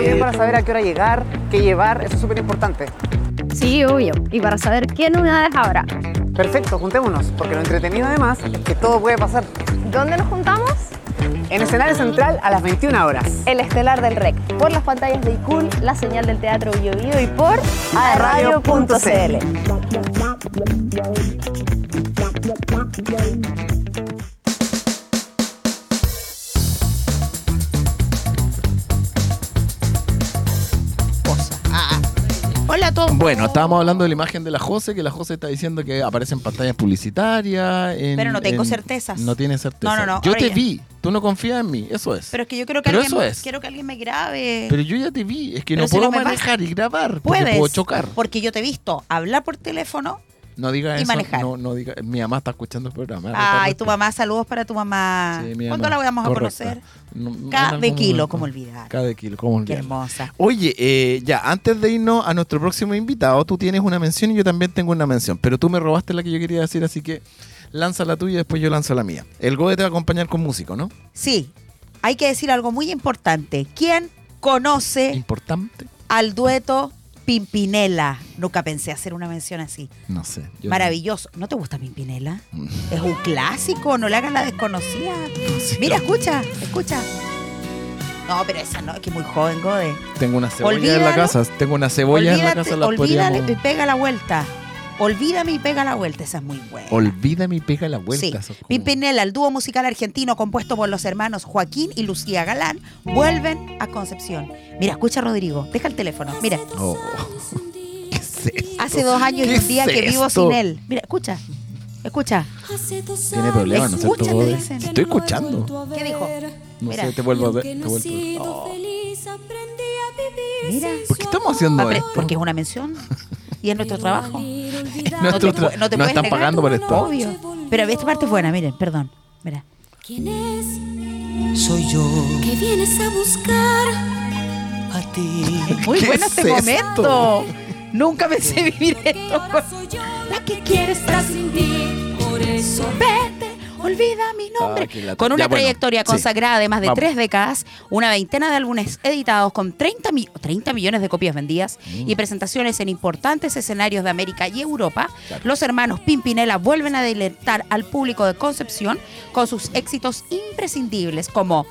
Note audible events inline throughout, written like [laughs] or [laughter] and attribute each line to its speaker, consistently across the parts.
Speaker 1: qué hora llegar, qué llevar, eso es súper importante.
Speaker 2: Sí, obvio. Y para saber quién una vez ahora.
Speaker 1: Perfecto, juntémonos, porque lo entretenido además es que todo puede pasar.
Speaker 3: ¿Dónde nos juntamos?
Speaker 1: En escenario central a las 21 horas.
Speaker 3: El Estelar del Rec, por las pantallas de ICUL, la señal del Teatro Bio, Bio y por
Speaker 1: Arradio.cl.
Speaker 4: Hola a todos.
Speaker 5: Bueno, estábamos hablando de la imagen de la Jose, que la Jose está diciendo que aparece en pantallas publicitarias. en-
Speaker 4: Pero no tengo
Speaker 5: en-
Speaker 4: certezas.
Speaker 5: No tienes certezas.
Speaker 4: No, no, no,
Speaker 5: Yo
Speaker 4: ahora
Speaker 5: te
Speaker 4: ya.
Speaker 5: vi, tú no confías en mí, eso es.
Speaker 4: Pero
Speaker 5: Pero,
Speaker 4: es que yo creo que,
Speaker 5: Pero
Speaker 4: alguien,
Speaker 5: eso es.
Speaker 4: quiero que alguien me grabe.
Speaker 5: yo ya te vi, es que
Speaker 4: Pero
Speaker 5: no
Speaker 4: si
Speaker 5: puedo
Speaker 4: no me vas-
Speaker 5: manejar y grabar, porque
Speaker 4: Puedes.
Speaker 5: puedo chocar. Ah,
Speaker 4: Porque yo te he visto hablar por teléfono.
Speaker 5: No digas
Speaker 4: y
Speaker 5: eso.
Speaker 4: manejar.
Speaker 5: No, no digas. Mi mamá está escuchando el programa.
Speaker 4: Ay, tu mamá, saludos para tu mamá.
Speaker 5: Sí, mi
Speaker 4: ¿Cuándo
Speaker 5: mamá.
Speaker 4: la vamos a
Speaker 5: Correcto.
Speaker 4: conocer?
Speaker 5: No, en
Speaker 4: Cada
Speaker 5: algún
Speaker 4: de kilo,
Speaker 5: momento.
Speaker 4: como olvidar.
Speaker 5: Cada kilo, como
Speaker 4: Qué
Speaker 5: olvidar.
Speaker 4: hermosa.
Speaker 5: Oye, eh, ya, antes de irnos a nuestro próximo invitado, tú tienes una mención y yo también tengo una mención, pero tú me robaste la que yo quería decir, así que lanza la tuya y después yo lanzo la mía. El Gode te va a acompañar con músico, ¿no?
Speaker 4: Sí, hay que decir algo muy importante. ¿Quién conoce
Speaker 5: Importante.
Speaker 4: al dueto Pimpinela? Nunca pensé hacer una mención así.
Speaker 5: No sé. yo- Mm.
Speaker 4: Maravilloso. ¿No te gusta Pimpinela? Es un clásico, no le hagas la desconocida.
Speaker 5: sí,
Speaker 4: Mira,
Speaker 5: no.
Speaker 4: escucha, escucha. No, pero esa no, es que es muy joven, Gode.
Speaker 5: Tengo una cebolla en la
Speaker 4: Olvídalo.
Speaker 5: casa. Tengo una cebolla en la
Speaker 4: Olvídate,
Speaker 5: casa. La
Speaker 4: olvídale
Speaker 5: podríamos...
Speaker 4: y pega la vuelta. Olvídame y pega la vuelta, esa es muy buena.
Speaker 5: Olvídame y pega la vuelta.
Speaker 4: Sí.
Speaker 5: eso es como-
Speaker 4: Pimpinela, el dúo musical argentino compuesto por los hermanos Joaquín y Lucía Galán, vuelven a Concepción. Mira, escucha Rodrigo, deja el teléfono. Mira,
Speaker 5: Oh. [laughs] ¿Qué es esto?
Speaker 4: hace dos años y
Speaker 5: ¿Qué
Speaker 4: un día
Speaker 5: es
Speaker 4: que vivo
Speaker 5: esto?
Speaker 4: sin él. Mira, escucha, escucha.
Speaker 5: Tiene problemas, ¿no es cierto,
Speaker 4: Escúchate,
Speaker 5: Gode?
Speaker 4: dicen.
Speaker 5: Te Estoy escuchando.
Speaker 4: ¿Qué dijo?
Speaker 5: No
Speaker 4: Mira.
Speaker 5: sé, te vuelvo a ver. Te vuelvo a ver.
Speaker 4: Mira,
Speaker 5: ¿Por qué estamos haciendo
Speaker 4: Apre-
Speaker 5: esto?
Speaker 4: porque es una mención y es nuestro trabajo.
Speaker 5: [laughs] Nuestro
Speaker 4: te
Speaker 5: tra-
Speaker 4: pu- no te
Speaker 5: nos
Speaker 4: puedes
Speaker 5: están
Speaker 4: negar,
Speaker 5: pagando por esto.
Speaker 4: Obvio. Pero esta parte es buena, miren, perdón. Mira.
Speaker 6: ¿Quién es
Speaker 7: Soy yo
Speaker 6: que vienes a buscar?
Speaker 7: a ti.
Speaker 4: Muy
Speaker 5: ¿Qué
Speaker 4: bueno
Speaker 5: es
Speaker 4: este
Speaker 5: esto?
Speaker 4: momento. Nunca pensé vivir
Speaker 6: Que
Speaker 4: esto.
Speaker 6: ahora soy
Speaker 4: [laughs]
Speaker 6: yo la que quieres tras sin ti. Por eso
Speaker 4: Vete, olvida mi nombre.
Speaker 5: Ah, qué lata.
Speaker 4: con una
Speaker 5: Ya, bueno,
Speaker 4: trayectoria
Speaker 5: sí.
Speaker 4: consagrada de más de
Speaker 5: Vamos.
Speaker 4: tres décadas, una veintena de álbumes editados con 30, mi- 30 millones de copias vendidas
Speaker 5: Mm.
Speaker 4: y presentaciones en importantes escenarios de América y Europa, los hermanos Pimpinela vuelven a deleitar al público de Concepción con sus éxitos imprescindibles como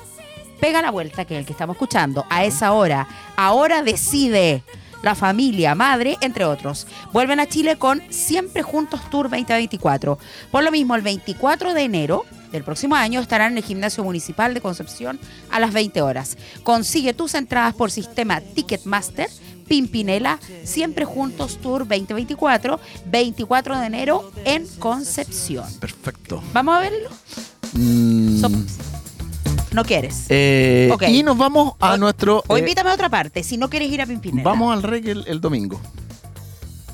Speaker 4: Pega la vuelta, que es el que estamos escuchando, a esa hora. Ahora decide. La familia, madre, entre otros. Vuelven a Chile con Siempre Juntos Tour 2024. Por lo mismo, el 24 de enero del próximo año estarán en el Gimnasio Municipal de Concepción a las 20 horas. Consigue tus entradas por sistema Ticketmaster, Pimpinela, Siempre Juntos Tour 2024, 24 de enero en Concepción.
Speaker 5: Perfecto.
Speaker 4: ¿Vamos a verlo?
Speaker 5: Mm,
Speaker 4: So- no quieres.
Speaker 5: eh,
Speaker 4: Ok.
Speaker 5: Y nos vamos a nuestro.
Speaker 4: O
Speaker 5: eh,
Speaker 4: invítame a otra parte, si no quieres ir a Pimpinela.
Speaker 5: vamos al reggae el, el domingo.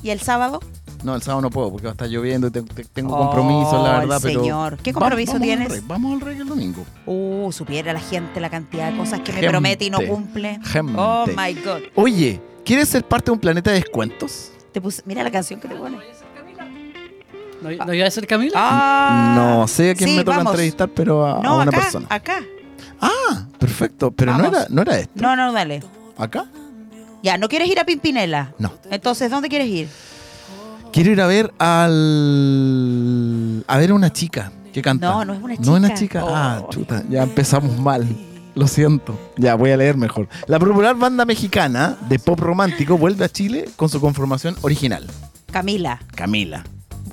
Speaker 4: ¿Y el sábado?
Speaker 5: No, el sábado no puedo porque va a estar lloviendo y te- te- tengo
Speaker 4: Oh,
Speaker 5: compromiso, la verdad. pero
Speaker 4: señor. ¿Qué
Speaker 5: va-
Speaker 4: compromiso
Speaker 5: vamos al
Speaker 4: tienes?
Speaker 5: reggae, vamos al reggae el domingo.
Speaker 4: Uh, supiera la gente la cantidad de cosas que me
Speaker 5: Gente.
Speaker 4: promete y no cumple.
Speaker 5: Gente.
Speaker 4: Oh my God.
Speaker 5: Oye, ¿quieres ser parte de un planeta de descuentos?
Speaker 4: Te puse- mira la canción que te pone.
Speaker 7: ¿No, no iba a ser Camila?
Speaker 4: Ah.
Speaker 5: no sé a quién
Speaker 4: sí,
Speaker 5: me toca
Speaker 4: vamos.
Speaker 5: entrevistar, pero a, a
Speaker 4: No,
Speaker 5: una
Speaker 4: acá,
Speaker 5: persona.
Speaker 4: acá.
Speaker 5: Ah, perfecto. Pero no
Speaker 4: Vamos.
Speaker 5: era, no era esto.
Speaker 4: No, no, dale.
Speaker 5: ¿Acá?
Speaker 4: Ya, ¿no quieres ir a Pimpinela?
Speaker 5: No.
Speaker 4: Entonces, ¿dónde quieres ir?
Speaker 5: Quiero ir a ver al. a ver a una chica que canta.
Speaker 4: No, no es una
Speaker 5: No es una
Speaker 4: chica. Oh.
Speaker 5: chica. Ah, chuta, ya empezamos mal. Lo siento. Ya, voy a leer mejor. La popular banda mexicana de pop romántico vuelve a Chile con su conformación original.
Speaker 4: Camila.
Speaker 5: Camila.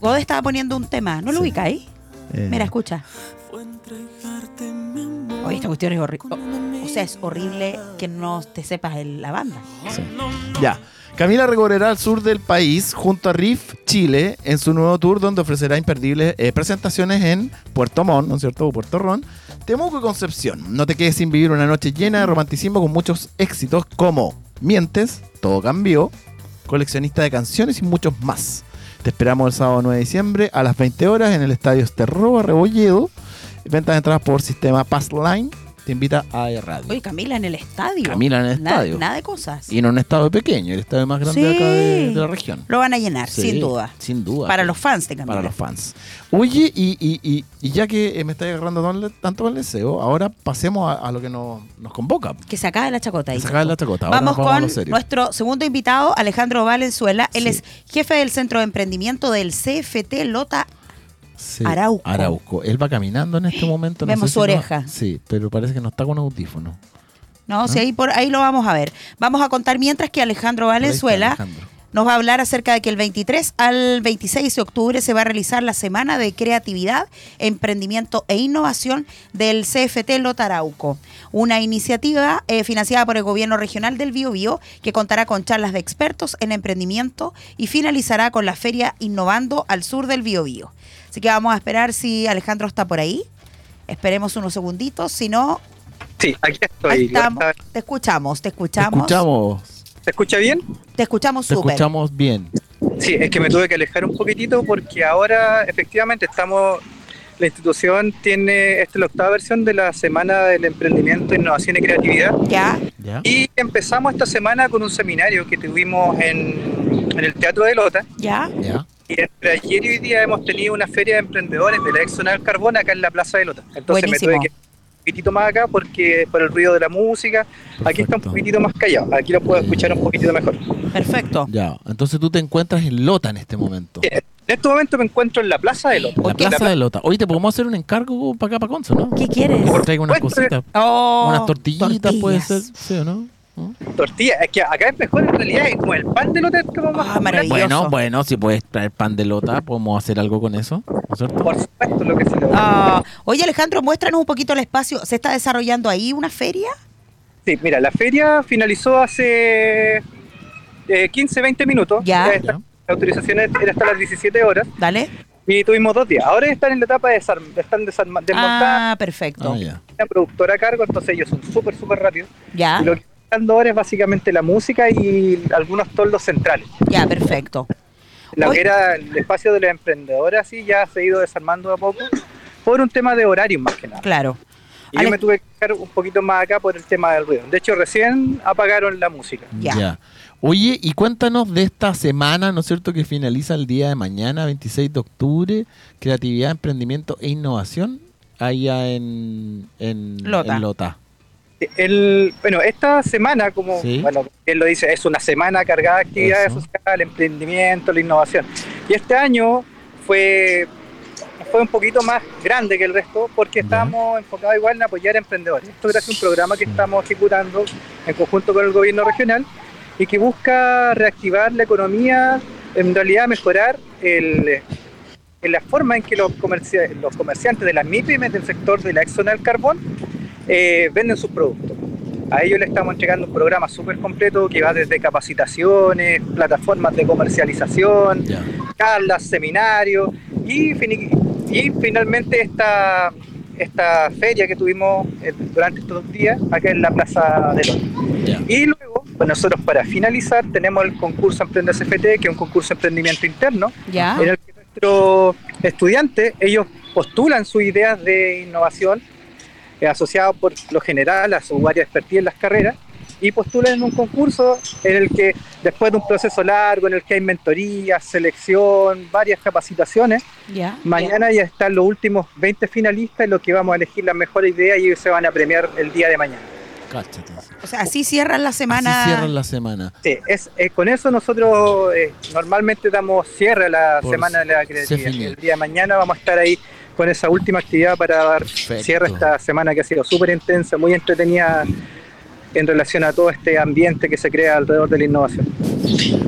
Speaker 4: God estaba poniendo un tema. ¿No lo
Speaker 5: Sí.
Speaker 4: ubica ahí?
Speaker 5: Eh,
Speaker 4: Mira, escucha. Oye, esta cuestión es horrible. O sea, es horrible que no te sepas el- la banda.
Speaker 5: sí. Ya. Camila recorrerá al sur del país junto a Riff Chile en su nuevo tour donde ofrecerá imperdibles eh, presentaciones en Puerto Montt, ¿no es cierto? O Puerto Ron, Temuco y Concepción. No te quedes sin vivir una noche llena de romanticismo con muchos éxitos como Mientes, Todo Cambió, Coleccionista de Canciones y muchos más. Te esperamos el sábado 9 de diciembre a las 20 horas en el Estadio Esterroa Rebolledo. Ventas de entradas por sistema Passline te invita a E-Radio.
Speaker 4: Oye, Camila en el estadio.
Speaker 5: Camila en el
Speaker 4: Nada-
Speaker 5: estadio.
Speaker 4: Nada de cosas.
Speaker 5: Y en un estado pequeño, el estado más grande
Speaker 4: Sí.
Speaker 5: acá de, de la región.
Speaker 4: Lo van a llenar,
Speaker 5: Sí,
Speaker 4: sin duda.
Speaker 5: Sin duda.
Speaker 4: Para los fans de Camila.
Speaker 5: Para los fans. Oye, y, y- y- y ya que eh, me está agarrando tan- tanto el deseo, ahora pasemos a, a lo que nos, nos convoca.
Speaker 4: Que se acabe la chacota. dices
Speaker 5: Sacar
Speaker 4: tú.
Speaker 5: la chacota. Ahora
Speaker 4: Vamos
Speaker 5: nos vamos a lo
Speaker 4: con
Speaker 5: serio.
Speaker 4: nuestro segundo invitado, Alejandro Valenzuela. Él
Speaker 5: Sí.
Speaker 4: es jefe del Centro de Emprendimiento del CFT Lota.
Speaker 5: Sí,
Speaker 4: Arauco.
Speaker 5: Arauco. Él va caminando
Speaker 4: [gasps]
Speaker 5: en este momento. no
Speaker 4: Vemos
Speaker 5: sé
Speaker 4: su
Speaker 5: no-
Speaker 4: oreja.
Speaker 5: sí, pero parece que no está con audífono.
Speaker 4: No, si ahí, por, ahí lo vamos a ver. Vamos a contar mientras que Alejandro Valenzuela
Speaker 5: Alejandro.
Speaker 4: nos va a hablar acerca de que el 23 al 26 de octubre se va a realizar la Semana de Creatividad, Emprendimiento e Innovación del CFT Lotarauco, una iniciativa eh, financiada por el Gobierno Regional del Biobío que contará con charlas de expertos en emprendimiento y finalizará con la Feria Innovando al Sur del Biobío. Así que vamos a esperar si Alejandro está por ahí. Esperemos unos segunditos, si no,
Speaker 8: Sí, aquí estoy.
Speaker 4: Ahí estamos.
Speaker 8: Lorena.
Speaker 4: Te escuchamos, te
Speaker 5: Te
Speaker 4: escuchamos.
Speaker 5: escuchamos.
Speaker 8: ¿Se escucha bien?
Speaker 4: Te escuchamos
Speaker 5: Te
Speaker 4: súper.
Speaker 5: escuchamos bien.
Speaker 8: Sí, es que me tuve que alejar un poquitito porque ahora efectivamente estamos, la institución tiene, esta es la octava versión de la Semana del Emprendimiento, e Innovación y Creatividad
Speaker 4: Ya,
Speaker 5: ¿Ya?
Speaker 8: y empezamos esta semana con un seminario que tuvimos en, en el Teatro de Lota
Speaker 4: ya.
Speaker 5: ¿Ya?
Speaker 8: y entre ayer y hoy día hemos tenido una feria de emprendedores de la Exxonal Carbón acá en la Plaza de Lota. Entonces
Speaker 4: Buenísimo.
Speaker 8: me tuve que un poquitito más acá porque por el ruido de la música, aquí está un
Speaker 5: Perfecto.
Speaker 8: poquitito más callado, aquí lo puedo escuchar un poquitito mejor.
Speaker 4: Perfecto.
Speaker 5: Ya. Entonces tú te encuentras en Lota en este momento.
Speaker 8: Bien. En este momento me encuentro en la Plaza de Lota.
Speaker 5: La plaza de Lota. Oye, te podemos hacer un encargo para acá, para Conce, ¿no?
Speaker 3: ¿Qué quieres?
Speaker 5: Que Traiga unas
Speaker 8: supuesto.
Speaker 5: cositas.
Speaker 4: Oh,
Speaker 5: unas tortillitas, puede ser.
Speaker 4: tortillas.
Speaker 5: Sí, ¿o no? ¿Mm?
Speaker 8: tortilla. Es que acá es mejor en realidad, es como el pan de Lota. es como más-
Speaker 4: Ah, maravilloso.
Speaker 5: Bueno, bueno, si puedes traer pan de Lota, podemos hacer algo con eso. ¿No es cierto?
Speaker 8: Por supuesto, lo que se le va.
Speaker 4: Ah, oye, Alejandro, muéstranos un poquito el espacio. ¿Se está desarrollando ahí una feria?
Speaker 8: Sí, mira, la feria finalizó hace eh, 15, 20 minutos.
Speaker 4: Ya.
Speaker 8: esta-
Speaker 5: Ya.
Speaker 8: La autorización era hasta las 17 horas
Speaker 4: Dale.
Speaker 8: y tuvimos dos días. Ahora están en la etapa de desarm- están desarma- desmontando
Speaker 4: Ah, perfecto.
Speaker 5: Ah, ya.
Speaker 8: la productora a cargo, entonces ellos son súper, súper rápidos.
Speaker 4: Ya,
Speaker 8: Y lo que están dando ahora es básicamente la música y algunos toldos centrales.
Speaker 4: ya, perfecto.
Speaker 8: Lo
Speaker 4: Oye.
Speaker 8: que era el espacio de las emprendedoras sí ya se ha ido desarmando de a poco por un tema de horario más que nada.
Speaker 4: Claro.
Speaker 8: Y yo
Speaker 4: Ale-
Speaker 8: me tuve que quedar un poquito más acá por el tema del ruido. De hecho, recién apagaron la música.
Speaker 4: Ya.
Speaker 5: Oye, y cuéntanos de esta semana, ¿no es cierto?, que finaliza el día de mañana, 26 de octubre, creatividad, emprendimiento e innovación, allá en, en
Speaker 4: Lota.
Speaker 5: en Lota.
Speaker 8: El, bueno, esta semana, como
Speaker 5: Sí.
Speaker 8: bueno, él lo dice, es una semana cargada de actividades
Speaker 5: Eso.
Speaker 8: sociales, emprendimiento, la innovación. Y este año fue, fue un poquito más grande que el resto porque
Speaker 5: Ya.
Speaker 8: estábamos enfocados igual en apoyar a emprendedores. Esto gracias a un programa que
Speaker 5: Sí.
Speaker 8: estamos ejecutando en conjunto con el gobierno regional y que busca reactivar la economía, en realidad mejorar el, en la forma en que los, comerci- los comerciantes de las MIPIMES del sector de la exona del carbón eh, venden sus productos. A ellos le estamos entregando un programa súper completo que va desde capacitaciones, plataformas de comercialización,
Speaker 5: Ya.
Speaker 8: charlas, seminarios y, fini- y finalmente esta, esta feria que tuvimos eh, durante estos dos días acá en la Plaza de Londres.
Speaker 5: Ya.
Speaker 8: Y luego, pues nosotros para finalizar tenemos el concurso Emprende CFT, que es un concurso de emprendimiento interno,
Speaker 4: Ya.
Speaker 8: en el que nuestros estudiantes, ellos postulan sus ideas de innovación eh, asociadas por lo general a su área de expertise en las carreras y postulan en un concurso en el que después de un proceso largo, en el que hay mentoría, selección, varias capacitaciones,
Speaker 4: Ya.
Speaker 8: mañana ya están los últimos 20 finalistas en los que vamos a elegir las mejores ideas y ellos se van a premiar el día de mañana.
Speaker 5: Cáchate.
Speaker 4: O sea, así cierran la semana.
Speaker 5: Así cierran la semana.
Speaker 8: Sí, es, eh, con eso nosotros eh, normalmente damos cierre a la
Speaker 5: Por
Speaker 8: Semana de la
Speaker 5: Cefine.
Speaker 8: Creatividad. El día de mañana vamos a estar ahí con esa última actividad para dar
Speaker 5: Perfecto.
Speaker 8: cierre a esta semana que ha sido súper intensa, muy entretenida en relación a todo este ambiente que se crea alrededor de la innovación.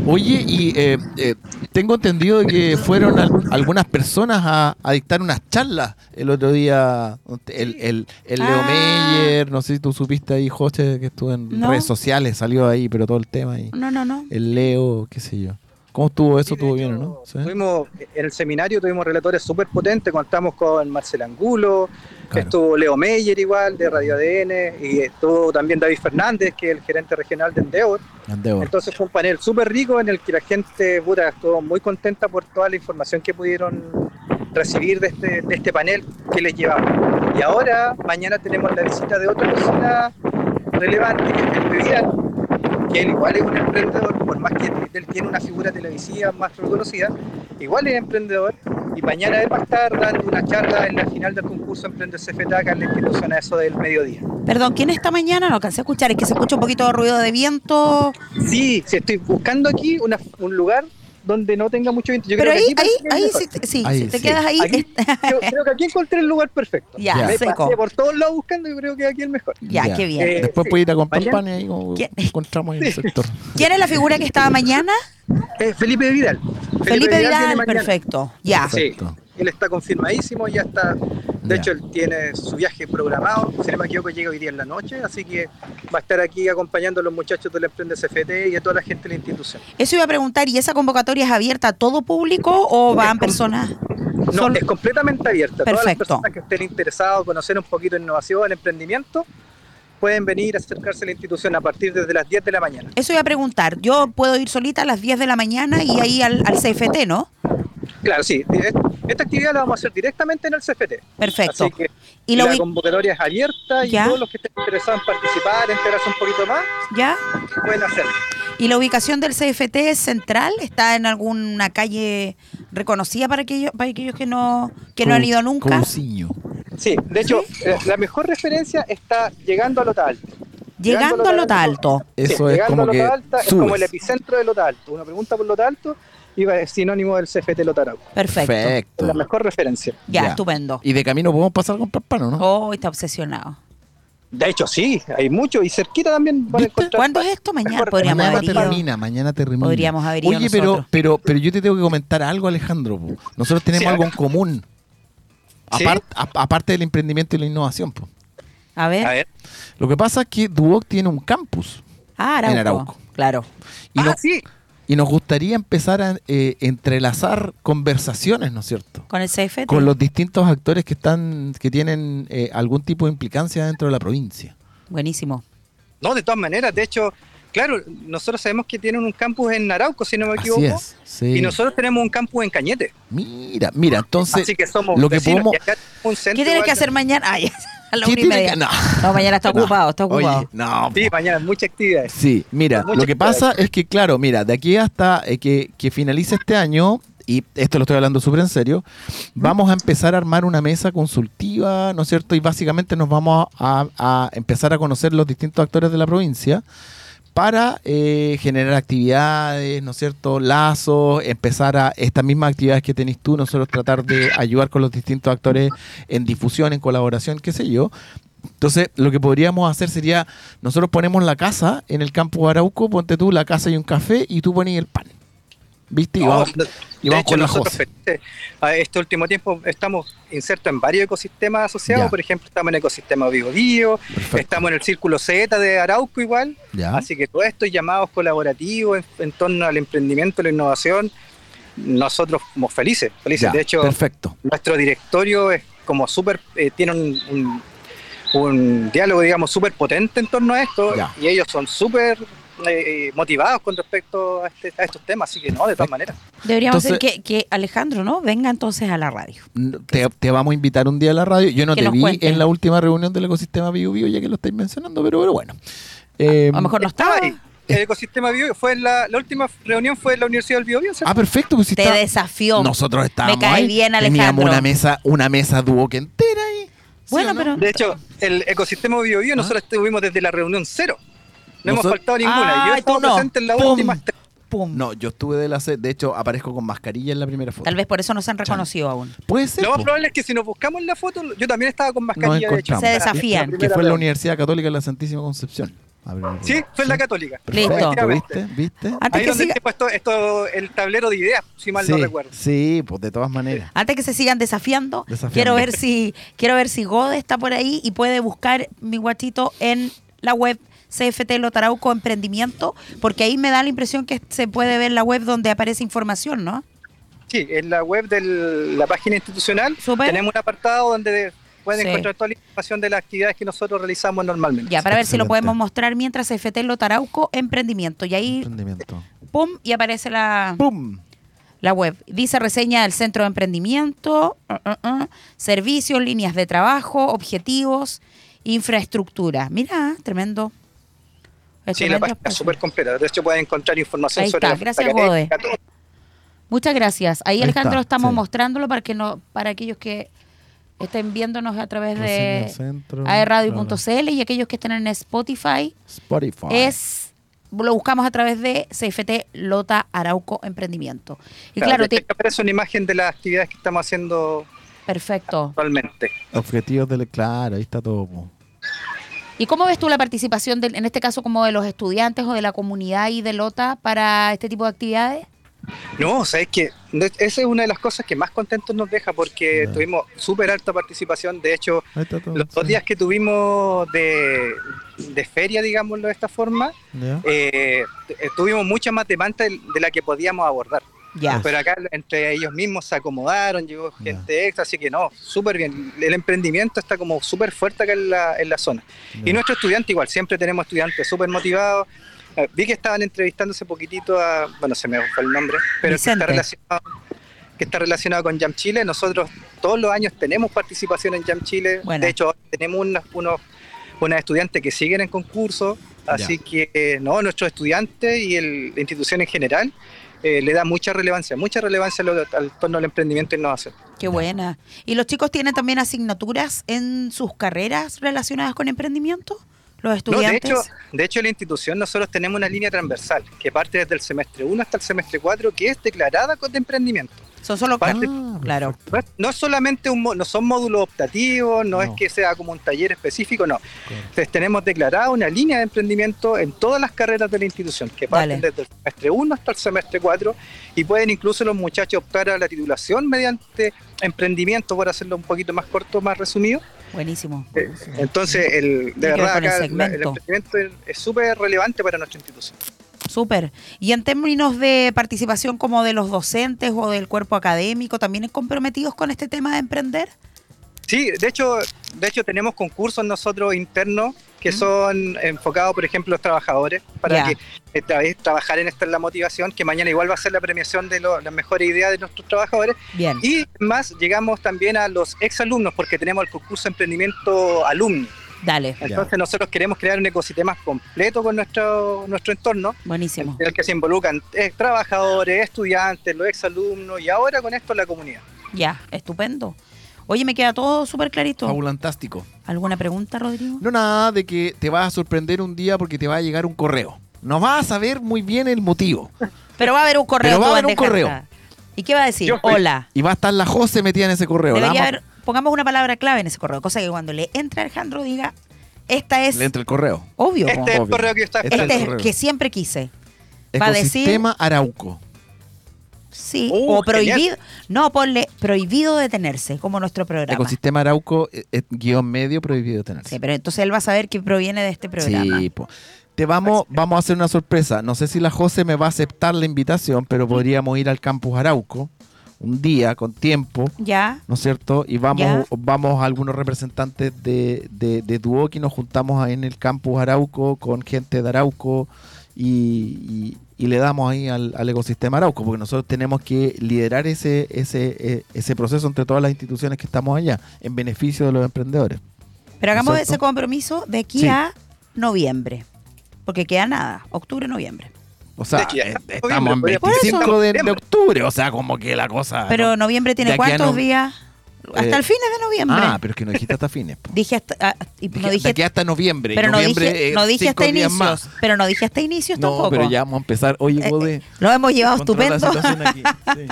Speaker 5: Oye, y eh, eh, tengo entendido de que fueron al- algunas personas a, a dictar unas charlas el otro día. El, el- el Leo
Speaker 4: Ah.
Speaker 5: Meyer, no sé si tú supiste ahí, José, que estuvo en
Speaker 4: No.
Speaker 5: redes sociales, salió ahí, pero todo el tema ahí.
Speaker 4: No, no, no.
Speaker 5: El Leo, qué sé yo. ¿Cómo estuvo eso? ¿Estuvo bien o no? ¿Sí?
Speaker 8: Tuvimos, en el seminario tuvimos relatores súper potentes, contamos con Marcel Angulo,
Speaker 5: Claro.
Speaker 8: estuvo Leo Meyer igual de Radio ADN y estuvo también David Fernández, que es el gerente regional de Endeavor.
Speaker 5: Andeo.
Speaker 8: Entonces fue un panel súper rico en el que la gente puta, estuvo muy contenta por toda la información que pudieron recibir de este, de este panel que les llevaba. Y ahora, mañana tenemos la visita de otra persona relevante, que es el Vidal, que él igual es un emprendedor, por más que él tiene una figura televisiva más reconocida, igual es emprendedor. Y mañana él va a estar dando una charla en la final del concurso Emprende CFT acá en la institución a eso del mediodía.
Speaker 4: Perdón, ¿quién está mañana? No alcancé a escuchar, es que se escucha un poquito de ruido de viento.
Speaker 8: Sí, sí, estoy buscando aquí una- un lugar donde no tenga mucho viento. Yo
Speaker 4: Pero
Speaker 8: creo
Speaker 4: ahí,
Speaker 8: que aquí
Speaker 4: ahí,
Speaker 8: parece que
Speaker 4: ahí,
Speaker 8: es mejor.
Speaker 4: si te, sí,
Speaker 5: Ahí
Speaker 4: si te
Speaker 5: sí.
Speaker 4: quedas ahí.
Speaker 8: Aquí- Yo creo que aquí encontré el lugar perfecto.
Speaker 4: Ya,
Speaker 8: Me
Speaker 4: seco.
Speaker 8: pasé por todos lados buscando y creo que aquí el mejor.
Speaker 4: Ya,
Speaker 5: Ya.
Speaker 4: qué bien.
Speaker 8: Eh,
Speaker 5: Después
Speaker 8: sí.
Speaker 5: puede ir a comprar
Speaker 8: Mañana-
Speaker 5: pan y ahí como
Speaker 4: ¿Quién?
Speaker 5: encontramos en
Speaker 4: [laughs]
Speaker 5: el sector.
Speaker 4: ¿Quién es la figura que estaba mañana?
Speaker 8: Eh, Felipe Vidal.
Speaker 4: Felipe
Speaker 8: viene
Speaker 4: Vidal,
Speaker 8: mañana.
Speaker 4: perfecto. Ya.
Speaker 8: Sí,
Speaker 5: Perfecto.
Speaker 8: él está confirmadísimo, ya está. De
Speaker 5: Ya.
Speaker 8: hecho, él tiene su viaje programado. Si no me equivoco, llega hoy día en la noche. Así que va a estar aquí acompañando a los muchachos del Emprende CFT y a toda la gente de la institución.
Speaker 4: Eso iba a preguntar, ¿y esa convocatoria es abierta a todo público o van personas?
Speaker 8: No,
Speaker 4: Sol-
Speaker 8: es completamente abierta. Todas las
Speaker 4: Perfecto.
Speaker 8: personas que estén interesadas, conocer un poquito de innovación, emprendimiento, pueden venir a acercarse a la institución a partir desde las 10 de la mañana.
Speaker 4: Eso iba a preguntar, yo puedo ir solita a las 10 de la mañana y ahí al, al CFT, ¿no?
Speaker 8: Claro, sí. eh, Esta actividad la vamos a hacer directamente en el CFT.
Speaker 4: Perfecto.
Speaker 8: Así que
Speaker 4: Y lo
Speaker 8: la
Speaker 4: vi-
Speaker 8: convocatoria es abierta y
Speaker 4: Ya.
Speaker 8: todos los que estén interesados en participar, enterarse un poquito más,
Speaker 4: ¿Ya?
Speaker 8: pueden hacerlo.
Speaker 4: ¿Y la ubicación del CFT es central? ¿Está en alguna calle reconocida para aquellos, para aquellos que no, que no han ido nunca?
Speaker 5: Cousiño.
Speaker 8: Sí, de hecho, eh, la mejor referencia está llegando a Lota Alta.
Speaker 4: Llegando a Lota Alto.
Speaker 8: Sí,
Speaker 5: Eso es
Speaker 8: llegando
Speaker 5: como
Speaker 8: a
Speaker 5: que
Speaker 8: Lota Alta es como el
Speaker 5: subes.
Speaker 8: epicentro de Lota Alto. Una pregunta por Lota Alto y va- es sinónimo del CFT Lota Arauco.
Speaker 4: Perfecto.
Speaker 8: Es
Speaker 5: Perfecto.
Speaker 8: la mejor referencia.
Speaker 4: Ya,
Speaker 5: Ya.
Speaker 4: estupendo.
Speaker 5: Y de camino podemos pasar con comprar pan, ¿o ¿no?
Speaker 4: Oh, está obsesionado.
Speaker 8: De hecho, sí, hay mucho y cerquita también van a
Speaker 5: ¿Viste?
Speaker 8: encontrar.
Speaker 4: ¿Cuándo es esto? Mañana
Speaker 8: Mejor-
Speaker 4: podríamos
Speaker 5: mañana
Speaker 4: haber ido.
Speaker 5: termina, mañana termina.
Speaker 4: Podríamos haber ido
Speaker 5: Oye, pero,
Speaker 4: nosotros.
Speaker 5: pero, pero yo te tengo que comentar algo, Alejandro. po. Nosotros tenemos
Speaker 8: Sí,
Speaker 5: algo
Speaker 8: a
Speaker 5: en común.
Speaker 8: ¿Sí?
Speaker 5: Apart- a- aparte del emprendimiento y la innovación. po.
Speaker 4: A
Speaker 5: este?
Speaker 4: ver.
Speaker 8: A ver.
Speaker 5: Lo que pasa es que Duoc tiene un campus.
Speaker 4: Ah, Arauco.
Speaker 5: En Arauco.
Speaker 4: Claro.
Speaker 5: Y,
Speaker 8: ah,
Speaker 5: nos,
Speaker 8: sí.
Speaker 5: y nos gustaría empezar a eh, entrelazar conversaciones, ¿no es cierto?
Speaker 4: Con el CFT.
Speaker 5: Con los distintos actores que están, que tienen eh, algún tipo de implicancia dentro de la provincia.
Speaker 4: Buenísimo.
Speaker 8: No, de todas maneras, de hecho, claro, nosotros sabemos que tienen un campus en Arauco, si no me equivoco.
Speaker 5: Así es. sí.
Speaker 8: Y nosotros tenemos un campus en Cañete.
Speaker 5: Mira, mira, entonces
Speaker 8: así que somos
Speaker 5: lo que
Speaker 8: vecinos,
Speaker 5: podemos-
Speaker 8: y acá tenemos un centro
Speaker 4: ¿Qué tienes
Speaker 8: igual
Speaker 4: que
Speaker 8: de-
Speaker 4: hacer mañana? [laughs] Ah, ya. A la
Speaker 5: ¿Qué
Speaker 4: una y
Speaker 5: tiene
Speaker 4: media.
Speaker 5: que- [laughs] no.
Speaker 4: No, mañana está ocupado, está
Speaker 5: Oye,
Speaker 4: ocupado.
Speaker 5: no,
Speaker 8: Sí, mañana muchas actividades.
Speaker 5: Sí, mira,
Speaker 8: Muchas
Speaker 5: lo que pasa es que, claro, mira, de aquí hasta eh, que, que finalice este año, y esto lo estoy hablando súper en serio, vamos a empezar a armar una mesa consultiva, ¿no es cierto? Y básicamente nos vamos a, a empezar a conocer los distintos actores de la provincia para eh, generar actividades, ¿no es cierto? Lazos, empezar a estas mismas actividades que tenés tú, nosotros tratar de ayudar con los distintos actores en difusión, en colaboración, qué sé yo. Entonces, lo que podríamos hacer sería, nosotros ponemos la casa en el campo de Arauco, ponte tú la casa y un café y tú pones el pan. ¿Viste? Y
Speaker 8: No,
Speaker 5: vamos,
Speaker 8: no,
Speaker 5: y
Speaker 8: de
Speaker 5: vamos
Speaker 8: hecho,
Speaker 5: con la
Speaker 8: nosotros,
Speaker 5: José.
Speaker 8: eh, a este último tiempo estamos insertos en varios ecosistemas asociados.
Speaker 5: Ya.
Speaker 8: Por ejemplo, estamos en el ecosistema Biodío,
Speaker 5: Perfecto.
Speaker 8: estamos en el círculo Z de Arauco igual.
Speaker 5: [laughs] Ya.
Speaker 8: Así que todos estos llamados colaborativos en, en torno al emprendimiento, la innovación, nosotros somos felices, felices.
Speaker 5: Ya,
Speaker 8: de hecho,
Speaker 5: perfecto.
Speaker 8: nuestro directorio es como súper, eh, tiene un, un- un diálogo, digamos, súper potente en torno a esto
Speaker 5: Ya.
Speaker 8: y ellos son súper eh, motivados con respecto a, este- a estos temas, así que no, de todas maneras.
Speaker 4: Deberíamos hacer
Speaker 5: Entonces-
Speaker 4: que, que Alejandro, ¿no? Venga entonces a la radio.
Speaker 5: N- Te, te vamos a invitar un día a la radio. Yo no
Speaker 4: Que
Speaker 5: te
Speaker 4: nos
Speaker 5: vi
Speaker 4: cuentes.
Speaker 5: en la última reunión del ecosistema Bio Bio, ya que lo estáis mencionando, pero, pero bueno. Eh,
Speaker 4: A lo mejor no estaba.
Speaker 8: Ahí, el ecosistema bio fue en la, la última reunión fue en la Universidad del Bio Bio,
Speaker 5: Ah,
Speaker 8: ¿cierto?
Speaker 5: perfecto. Pues si
Speaker 4: Te
Speaker 5: está-
Speaker 4: desafió.
Speaker 5: Nosotros estábamos
Speaker 4: Me cae
Speaker 5: ahí,
Speaker 4: bien,
Speaker 5: Teníamos
Speaker 4: Alejandro.
Speaker 5: una mesa, una mesa duoque entera ahí. ¿sí
Speaker 4: Bueno,
Speaker 5: o no?
Speaker 4: pero.
Speaker 8: De hecho, el ecosistema bio bio nosotros estuvimos desde la reunión cero. No hemos
Speaker 5: Ah. Nosot-
Speaker 8: faltado ninguna.
Speaker 4: Ah,
Speaker 8: Yo
Speaker 4: tú
Speaker 8: he estado
Speaker 4: no.
Speaker 8: presente en la
Speaker 5: ¡Pum!
Speaker 8: última. tres.
Speaker 4: Pum.
Speaker 5: No, yo estuve de la sed. De hecho, aparezco con mascarilla en la primera foto.
Speaker 4: Tal vez por eso no se han reconocido aún.
Speaker 5: Puede ser.
Speaker 8: Lo más
Speaker 5: po.
Speaker 8: probable es que si nos buscamos en la foto, yo también estaba con mascarilla. de hecho.
Speaker 5: encontramos.
Speaker 4: Se desafían.
Speaker 5: que
Speaker 8: primera
Speaker 5: fue en la
Speaker 8: vez.
Speaker 5: Universidad Católica de la Santísima Concepción.
Speaker 8: Sí, fue en la Católica.
Speaker 4: Listo. Ah,
Speaker 5: Perfecto, ¿viste? ¿Viste?
Speaker 4: Antes
Speaker 8: Ahí
Speaker 4: que
Speaker 8: donde
Speaker 4: siga-
Speaker 8: he puesto esto, el tablero de ideas, si mal
Speaker 5: sí,
Speaker 8: no recuerdo.
Speaker 5: sí, pues de todas maneras.
Speaker 4: Antes que se sigan desafiando,
Speaker 5: Desafiando.
Speaker 4: quiero ver si quiero ver si Gode está por ahí y puede buscar mi guatito en la web CFT Lotarauco Emprendimiento, porque ahí me da la impresión que se puede ver la web donde aparece información, ¿no?
Speaker 8: Sí, en la web de la página institucional
Speaker 4: Súper.
Speaker 8: tenemos un apartado donde pueden
Speaker 4: Sí.
Speaker 8: encontrar toda la información de las actividades que nosotros realizamos normalmente.
Speaker 4: Ya, para ver si lo
Speaker 5: Excelente.
Speaker 4: podemos mostrar mientras CFT Lotarauco Emprendimiento. Y ahí,
Speaker 5: Emprendimiento.
Speaker 4: pum, y aparece la,
Speaker 5: ¡Pum!
Speaker 4: la web. Dice reseña del centro de emprendimiento, ah, ah, ah, servicios, líneas de trabajo, objetivos, infraestructura. Mira, tremendo. Es
Speaker 8: Sí, la
Speaker 4: tremendo
Speaker 8: página es
Speaker 4: espacio.
Speaker 8: súper completa. De hecho, pueden encontrar información
Speaker 4: Ahí
Speaker 8: sobre
Speaker 4: está,
Speaker 8: la
Speaker 4: gracias,
Speaker 8: académica, todo.
Speaker 4: Muchas gracias. Ahí,
Speaker 5: Ahí
Speaker 4: Alejandro
Speaker 5: está,
Speaker 4: estamos
Speaker 5: sí.
Speaker 4: mostrándolo para que no, para aquellos que estén viéndonos a través
Speaker 5: Reseña
Speaker 4: de
Speaker 5: centro, bla,
Speaker 4: aerradio.cl y aquellos que estén en Spotify
Speaker 5: bla. Spotify.
Speaker 4: es lo buscamos a través de CFT Lota Arauco Emprendimiento. Y claro,
Speaker 8: te...
Speaker 4: te-
Speaker 8: aparece una imagen de las actividades que estamos haciendo
Speaker 4: perfecto.
Speaker 8: actualmente.
Speaker 5: Objetivos del. Claro, ahí está todo. po.
Speaker 4: ¿Y cómo ves tú la participación, del- en este caso, como de los estudiantes o de la comunidad y de Lota para este tipo de actividades?
Speaker 8: No, o sea, es que no- esa es una de las cosas que más contentos nos deja porque
Speaker 5: Ya.
Speaker 8: tuvimos súper alta participación. De hecho,
Speaker 5: Ahí está todo.
Speaker 8: los dos
Speaker 5: sí.
Speaker 8: días que tuvimos de, de feria, digámoslo de esta forma,
Speaker 5: Ya.
Speaker 8: eh, t- eh, tuvimos mucha más demanda de de la que podíamos abordar.
Speaker 4: Ya.
Speaker 8: Pero acá entre ellos mismos se acomodaron, llegó
Speaker 5: Ya.
Speaker 8: gente extra, así que no, súper bien. El emprendimiento está como súper fuerte acá en la, en la zona. Y
Speaker 5: Ya.
Speaker 8: nuestro estudiante igual, siempre tenemos estudiantes súper motivados. Eh, vi que estaban entrevistándose poquitito a, bueno, se me fue el nombre, pero que
Speaker 4: Vicente.
Speaker 8: está, relacionado, que está relacionado con Jam Chile. Nosotros todos los años tenemos participación en Jam Chile.
Speaker 4: Buena.
Speaker 8: De hecho, ahora tenemos unos, unos, unas estudiantes que siguen en concurso. Así que, eh, no, nuestros estudiantes y el- la institución en general eh, le da mucha relevancia, mucha relevancia a lo- al torno del emprendimiento e innovación.
Speaker 4: Qué buena. ¿Y los chicos tienen también asignaturas en sus carreras relacionadas con emprendimiento? Los
Speaker 8: No, de,
Speaker 4: estudiantes.
Speaker 8: hecho, de hecho, en la institución nosotros tenemos una línea transversal que parte desde el semestre 1 hasta el semestre 4 que es declarada con de emprendimiento.
Speaker 4: Son solo
Speaker 8: Parte-
Speaker 5: Ah,
Speaker 4: Claro.
Speaker 8: No es- No es solamente un, mo- no son módulos optativos, no, es
Speaker 5: No.
Speaker 8: que sea como un taller específico, no. Entonces tenemos declarada una línea de emprendimiento en todas las carreras de la institución, que parten
Speaker 4: Dale.
Speaker 8: desde el semestre 1 hasta el semestre 4 y pueden incluso los muchachos optar a la titulación mediante emprendimiento, por hacerlo un poquito más corto, más resumido.
Speaker 4: Buenísimo.
Speaker 8: Eh, Entonces, el, de
Speaker 4: que ver
Speaker 8: verdad,
Speaker 4: con el
Speaker 8: acá la- el,
Speaker 4: segmento.
Speaker 8: emprendimiento es- es súper relevante para nuestra institución.
Speaker 4: Súper. Y en términos de participación como de los docentes o del cuerpo académico, ¿también comprometidos con este tema de emprender?
Speaker 8: Sí, de hecho, de hecho tenemos concursos nosotros internos que son enfocados, por ejemplo, a los trabajadores, para
Speaker 4: Ya.
Speaker 8: que eh, tra- eh, trabajar en esta es la motivación, que mañana igual va a ser la premiación de lo- las mejores ideas de nuestros trabajadores.
Speaker 4: Bien.
Speaker 8: Y más, llegamos también a los exalumnos, porque tenemos el concurso de emprendimiento alumni.
Speaker 4: Dale.
Speaker 8: Entonces nosotros queremos crear un ecosistema completo con nuestro, nuestro entorno,
Speaker 4: Buenísimo.
Speaker 8: en el que se involucran eh, trabajadores, estudiantes, los exalumnos y ahora con esto la comunidad.
Speaker 4: Ya. Estupendo. Oye, me queda todo súper clarito.
Speaker 5: Fabulantástico.
Speaker 4: ¿Alguna pregunta, Rodrigo?
Speaker 5: No nada de que te vas a sorprender un día porque te va a llegar un correo. No vas a saber muy bien el motivo.
Speaker 4: Pero va a haber un correo.
Speaker 5: Pero va
Speaker 4: tú
Speaker 5: a haber
Speaker 4: vas
Speaker 5: un
Speaker 4: dejar
Speaker 5: correo.
Speaker 4: acá. ¿Y qué va a decir?
Speaker 8: Yo fui.
Speaker 4: Hola.
Speaker 5: Y va a estar la Jose metida en ese correo. La
Speaker 4: Debería
Speaker 5: vamos-
Speaker 4: haber, pongamos una palabra clave en ese correo, cosa que cuando le entre Alejandro diga, esta es
Speaker 5: Le entra el correo.
Speaker 4: obvio. po.
Speaker 8: Este es el
Speaker 5: obvio.
Speaker 8: correo que yo estaba
Speaker 5: Este
Speaker 8: esperando.
Speaker 4: Este es
Speaker 5: correo.
Speaker 4: que siempre quise. Va a decir-
Speaker 5: Ecosistema Arauco.
Speaker 4: Sí.
Speaker 8: Uh,
Speaker 4: o prohibido.
Speaker 8: genial.
Speaker 4: No, ponle prohibido detenerse, como nuestro programa.
Speaker 5: Ecosistema Arauco, eh, eh, guión medio prohibido tener.
Speaker 4: Sí, pero entonces él va a saber que proviene de este programa. Pues,
Speaker 5: Sí, po. Te vamos, vamos a hacer una sorpresa. No sé si la Jose me va a aceptar la invitación, pero podríamos ir al campus Arauco un día con tiempo,
Speaker 4: Ya.
Speaker 5: ¿no es cierto? Y vamos,
Speaker 4: Ya.
Speaker 5: vamos a algunos representantes de, de, de Duoc y nos juntamos en el campus Arauco con gente de Arauco y, y- y le damos ahí al, al ecosistema Arauco, porque nosotros tenemos que liderar ese, ese, eh, ese proceso entre todas las instituciones que estamos allá, en beneficio de los emprendedores.
Speaker 4: Pero hagamos
Speaker 5: Exacto.
Speaker 4: ese compromiso de aquí
Speaker 5: Sí.
Speaker 4: a noviembre. Porque queda nada, octubre, noviembre.
Speaker 5: O sea,
Speaker 8: De hecho, ya
Speaker 5: eh,
Speaker 8: estamos
Speaker 5: estamos en
Speaker 8: viendo, por
Speaker 5: 25
Speaker 8: eso.
Speaker 5: de, de octubre, o sea, como que la cosa...
Speaker 4: Pero noviembre tiene
Speaker 5: Ah, De aquí a
Speaker 4: cuántos
Speaker 5: no-
Speaker 4: días? Hasta
Speaker 5: Eh,
Speaker 4: el fines de noviembre.
Speaker 5: Ah, pero es que no dijiste hasta fines. po.
Speaker 4: dije hasta, ah, y
Speaker 5: Dije,
Speaker 4: no
Speaker 5: de
Speaker 4: dije
Speaker 5: aquí hasta noviembre. y
Speaker 4: Pero no
Speaker 5: noviembre,
Speaker 4: dije,
Speaker 5: eh,
Speaker 4: no dije
Speaker 5: cinco
Speaker 4: hasta
Speaker 5: días
Speaker 4: inicios.
Speaker 5: más.
Speaker 4: Pero no dije hasta inicios
Speaker 5: No,
Speaker 4: tampoco.
Speaker 5: pero ya vamos a empezar. Oye,
Speaker 4: Eh,
Speaker 5: Bode,
Speaker 4: eh, lo hemos llevado
Speaker 5: controla la
Speaker 4: estupendo.
Speaker 5: situación
Speaker 4: [laughs]
Speaker 5: aquí.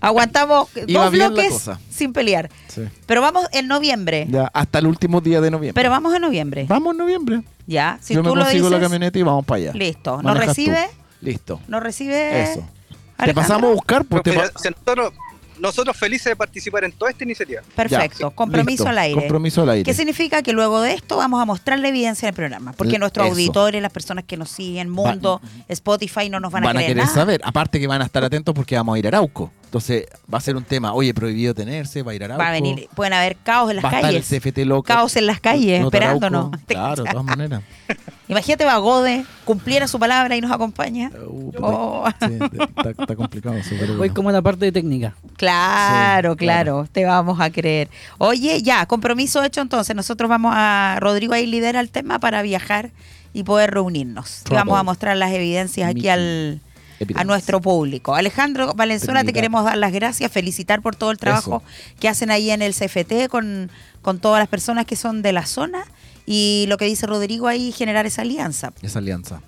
Speaker 4: Aguantamos
Speaker 5: Iba
Speaker 4: dos
Speaker 5: bien la
Speaker 4: bloques
Speaker 5: cosa.
Speaker 4: sin pelear.
Speaker 5: Sí, sí.
Speaker 4: Pero vamos en noviembre.
Speaker 5: Ya, hasta el último día de noviembre.
Speaker 4: Pero vamos en noviembre.
Speaker 5: vamos en noviembre.
Speaker 4: Ya, si
Speaker 5: Yo
Speaker 4: tú
Speaker 5: me
Speaker 4: lo
Speaker 5: consigo
Speaker 4: dices.
Speaker 5: la camioneta y vamos para allá.
Speaker 4: Listo. ¿Nos
Speaker 5: Manejas
Speaker 4: recibe?
Speaker 5: tú. Listo.
Speaker 4: No recibe.
Speaker 5: Eso. Te
Speaker 4: Alejandra.
Speaker 5: pasamos a buscar. Pues, te
Speaker 8: Pero,
Speaker 5: pa-
Speaker 8: o sea, nosotros, nosotros felices de participar en toda esta iniciativa.
Speaker 4: Perfecto.
Speaker 5: Ya,
Speaker 4: Compromiso
Speaker 5: listo.
Speaker 4: al aire.
Speaker 5: Compromiso al aire.
Speaker 4: ¿Qué significa? Que luego de esto vamos a mostrar la evidencia del programa. Porque
Speaker 5: L-
Speaker 4: nuestros
Speaker 5: eso.
Speaker 4: auditores, las personas que nos siguen, Mundo, Spotify, no nos van a
Speaker 5: van a
Speaker 4: creer
Speaker 5: querer
Speaker 4: nada.
Speaker 5: saber. Aparte que van a estar atentos porque vamos a ir a Arauco. Entonces va a ser un tema, oye, prohibido tenerse, va a ir a Arauco.
Speaker 4: Va a venir, pueden haber caos en las
Speaker 5: va a estar
Speaker 4: calles.
Speaker 5: el CFT loco.
Speaker 4: Caos en las calles,
Speaker 5: Nota
Speaker 4: [laughs]
Speaker 5: Arauco.
Speaker 4: esperándonos.
Speaker 5: Claro, de todas maneras.
Speaker 4: Imagínate, Bagode cumpliera su palabra y nos acompaña.
Speaker 5: Uh,
Speaker 4: Oh.
Speaker 5: puta, sí, está, está complicado eso, pero
Speaker 7: Voy
Speaker 5: bueno.
Speaker 7: como en la parte de técnica.
Speaker 4: Claro,
Speaker 5: Sí, claro.
Speaker 4: claro, te vamos a creer. Oye, ya, compromiso hecho entonces. Nosotros vamos a, Rodrigo ahí lidera el tema para viajar y poder reunirnos. Y
Speaker 5: Claro.
Speaker 4: vamos a mostrar las evidencias aquí al, a
Speaker 5: Evidencias.
Speaker 4: nuestro público. Alejandro Valenzuela, te
Speaker 5: Técnica.
Speaker 4: queremos dar las gracias, felicitar por todo el trabajo que hacen ahí en el CFT con, con todas las personas que son de la zona y lo que dice Rodrigo ahí, generar esa alianza.
Speaker 5: Esa alianza.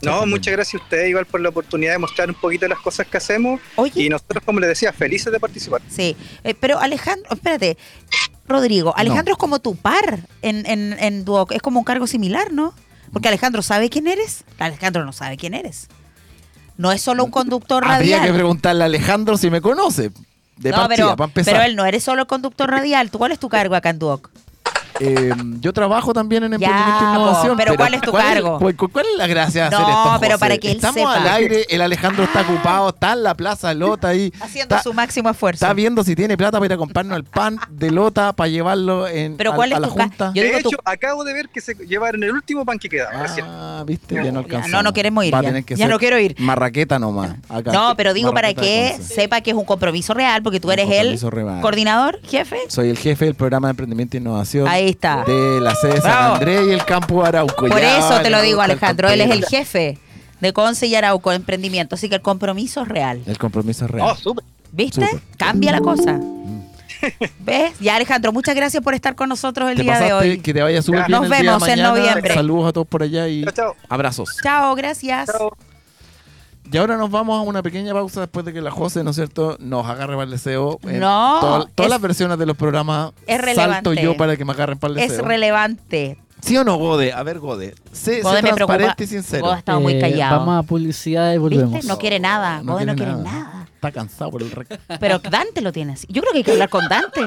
Speaker 8: No, muchas gracias a ustedes igual por la oportunidad de mostrar un poquito las cosas que hacemos
Speaker 4: Oye,
Speaker 8: y nosotros, como les decía, felices de participar.
Speaker 4: Sí, Eh, pero Alejandro, espérate, Rodrigo, Alejandro es como tu par en, en, en Duoc, es como un cargo similar, ¿no? Porque Alejandro sabe quién eres, Alejandro no sabe quién eres. No es solo un conductor
Speaker 5: Habría que
Speaker 4: radial.
Speaker 5: preguntarle a Alejandro si me conoce. De
Speaker 4: no,
Speaker 5: partida,
Speaker 4: pero,
Speaker 5: para empezar.
Speaker 4: pero él no eres solo el conductor radial. ¿Tú cuál es tu cargo acá en Duoc?
Speaker 5: Eh, yo trabajo también en
Speaker 4: Ya,
Speaker 5: emprendimiento e
Speaker 4: po,
Speaker 5: innovación.
Speaker 4: pero ¿cuál es tu cargo?
Speaker 5: cuál- cuál- cuál es la gracia de
Speaker 4: No,
Speaker 5: hacer esto?
Speaker 4: pero
Speaker 5: José?
Speaker 4: para que él
Speaker 5: Estamos
Speaker 4: sepa.
Speaker 5: al aire, el Alejandro está ocupado, está en la plaza Lota ahí.
Speaker 4: Haciendo
Speaker 5: está,
Speaker 4: su máximo esfuerzo.
Speaker 5: está viendo si tiene plata para ir a comprarnos el pan de Lota para llevarlo en,
Speaker 4: Pero
Speaker 5: al-
Speaker 4: ¿cuál
Speaker 5: a
Speaker 4: es
Speaker 5: la
Speaker 4: tu ca-
Speaker 5: junta.
Speaker 4: Yo
Speaker 8: de
Speaker 4: digo
Speaker 8: hecho,
Speaker 4: tú-
Speaker 8: acabo de ver que se llevaron el último pan que quedaba. recién.
Speaker 5: Ah, viste, ya no
Speaker 4: Ya,
Speaker 5: alcanzamos.
Speaker 4: no, no queremos ir,
Speaker 5: Va a
Speaker 4: ya.
Speaker 5: tener que
Speaker 4: Ya
Speaker 5: ser
Speaker 4: no quiero ir.
Speaker 5: Marraqueta nomás. acá.
Speaker 4: No, pero digo para
Speaker 5: Marraqueta de
Speaker 4: que
Speaker 5: Conce.
Speaker 4: sepa que es un compromiso real, porque tú
Speaker 5: Un
Speaker 4: eres el
Speaker 5: compromiso real.
Speaker 4: coordinador, jefe.
Speaker 5: Soy el jefe del programa de emprendimiento e innovación.
Speaker 4: Ahí está.
Speaker 5: De la sede de San
Speaker 4: Bravo.
Speaker 5: Andrés y el campo Arauco.
Speaker 4: Por
Speaker 5: Ya,
Speaker 4: eso te lo
Speaker 5: no,
Speaker 4: digo,
Speaker 5: está el
Speaker 4: Alejandro. Él es el
Speaker 5: campeón.
Speaker 4: jefe de Conce y Arauco Emprendimiento. Así que el compromiso es real.
Speaker 5: El compromiso es real.
Speaker 8: No, Oh, súper.
Speaker 4: ¿Viste?
Speaker 5: Súper. Mm.
Speaker 4: Cambia la cosa. ¿Ves? Ya, Alejandro, muchas gracias por estar con nosotros el
Speaker 5: te
Speaker 4: día de
Speaker 5: pasaste,
Speaker 4: hoy.
Speaker 5: que te vaya súper
Speaker 8: Nos
Speaker 5: bien el día de
Speaker 4: vemos en
Speaker 5: mañana.
Speaker 4: noviembre.
Speaker 5: Saludos a todos por allá y
Speaker 8: Chao, chao.
Speaker 5: abrazos.
Speaker 4: Chao, gracias.
Speaker 8: Chao.
Speaker 5: Y ahora nos vamos a una pequeña pausa después de que la José, ¿no es cierto?, nos agarre para el deseo. en
Speaker 4: No,
Speaker 5: todas- todas
Speaker 4: es-
Speaker 5: las versiones de los programas
Speaker 4: es
Speaker 5: salto
Speaker 4: relevante.
Speaker 5: yo para que me agarren para el
Speaker 4: Es
Speaker 5: deseo.
Speaker 4: relevante.
Speaker 5: ¿Sí o no, Gode? A ver, Gode. Sé, sé
Speaker 4: Gode me preocupa.
Speaker 5: transparente y sincero.
Speaker 4: Gode ha estado muy
Speaker 7: Eh,
Speaker 4: callado.
Speaker 7: Vamos a publicidad y volvemos.
Speaker 4: ¿Viste? No quiere nada. Gode no quiere nada.
Speaker 5: Está cansado por el rec-
Speaker 4: Pero Dante lo tiene así. Yo creo que hay que hablar con Dante.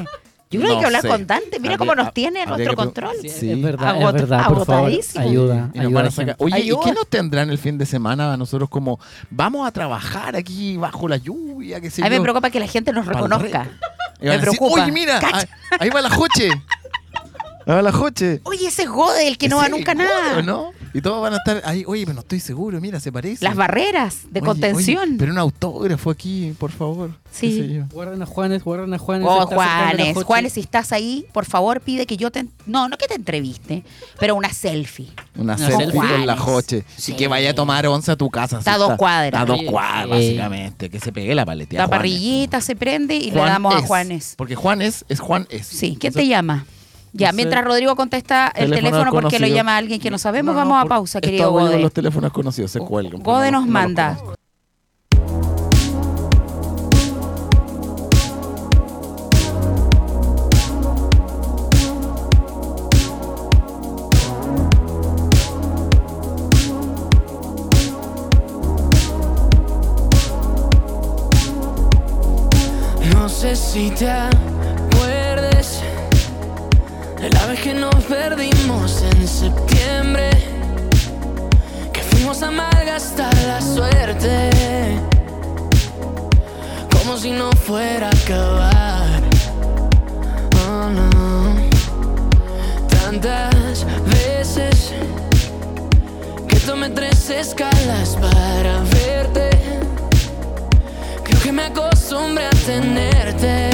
Speaker 4: Yo creo que hay
Speaker 5: No
Speaker 4: que hablar
Speaker 5: sé.
Speaker 4: con Dante. Mira
Speaker 5: Habría-
Speaker 4: cómo nos
Speaker 5: ha-
Speaker 4: tiene
Speaker 5: habría
Speaker 4: nuestro
Speaker 5: que pre-
Speaker 4: control.
Speaker 7: Sí,
Speaker 5: Sí.
Speaker 7: Es verdad,
Speaker 4: Agot-
Speaker 7: es verdad, por favor.
Speaker 4: agotadísimo.
Speaker 7: Ayuda,
Speaker 5: Y nos
Speaker 7: ayuda,
Speaker 5: van a sacar-
Speaker 7: gente.
Speaker 5: Oye,
Speaker 4: Ayuda.
Speaker 5: ¿y qué nos tendrán el fin de semana a nosotros como vamos a trabajar aquí bajo la lluvia? Qué sé
Speaker 4: A mí me
Speaker 5: yo?
Speaker 4: preocupa que la gente nos
Speaker 5: Para el
Speaker 4: reconozca.
Speaker 5: resto. Y van
Speaker 4: Me
Speaker 5: a decir,
Speaker 4: preocupa.
Speaker 5: Oye, mira, ahí, ahí va la Joche. Ahí va la Joche.
Speaker 4: Oye, ese es Gode, el que no va
Speaker 5: Sí,
Speaker 4: nunca a
Speaker 5: claro,
Speaker 4: nada.
Speaker 5: ¿no? Y todos van a estar ahí, oye, pero no estoy seguro, mira, se parece.
Speaker 4: Las barreras de
Speaker 5: Oye,
Speaker 4: contención.
Speaker 5: oye, pero un autógrafo aquí, por favor.
Speaker 4: Sí.
Speaker 5: Qué sé yo.
Speaker 7: Guarden a Juanes, guarden a Juanes.
Speaker 4: Oh,
Speaker 7: está cercano a la
Speaker 4: Juanes,
Speaker 7: Jochi.
Speaker 4: Juanes, si estás ahí, por favor pide que yo te... en- No, no que te entreviste, pero una selfie.
Speaker 5: Una
Speaker 7: Una
Speaker 5: selfie
Speaker 7: selfie.
Speaker 5: con la Joche.
Speaker 4: Sí.
Speaker 5: Y que vaya a tomar once a tu casa.
Speaker 4: Está a
Speaker 5: así,
Speaker 4: dos cuadras.
Speaker 5: Está a dos
Speaker 7: Sí.
Speaker 5: cuadras,
Speaker 7: Sí.
Speaker 5: básicamente. Que se pegue la paletilla.
Speaker 4: La parrillita se prende y le damos a Juanes.
Speaker 5: Porque Juanes es Juan es.
Speaker 4: Sí, ¿quién
Speaker 5: Entonces,
Speaker 4: te llama? Ya,
Speaker 5: no sé.
Speaker 4: mientras Rodrigo contesta el
Speaker 5: Teléfono
Speaker 4: teléfono porque lo
Speaker 5: desconocido.
Speaker 4: llama alguien que no sabemos,
Speaker 5: No, no,
Speaker 4: vamos a
Speaker 5: por-
Speaker 4: pausa,
Speaker 5: estos
Speaker 4: querido
Speaker 5: abuelos,
Speaker 4: Gode.
Speaker 5: Los teléfonos conocidos se cuelgan. pues,
Speaker 4: Gode
Speaker 5: No-
Speaker 4: nos
Speaker 5: no los
Speaker 4: manda.
Speaker 5: conozco.
Speaker 9: No sé si te acuerdes de la vez que nos perdimos en septiembre, que fuimos a malgastar la suerte, como si no fuera a acabar. Oh no, tantas veces que tomé tres escalas para verte. Creo que me acostumbré a tenerte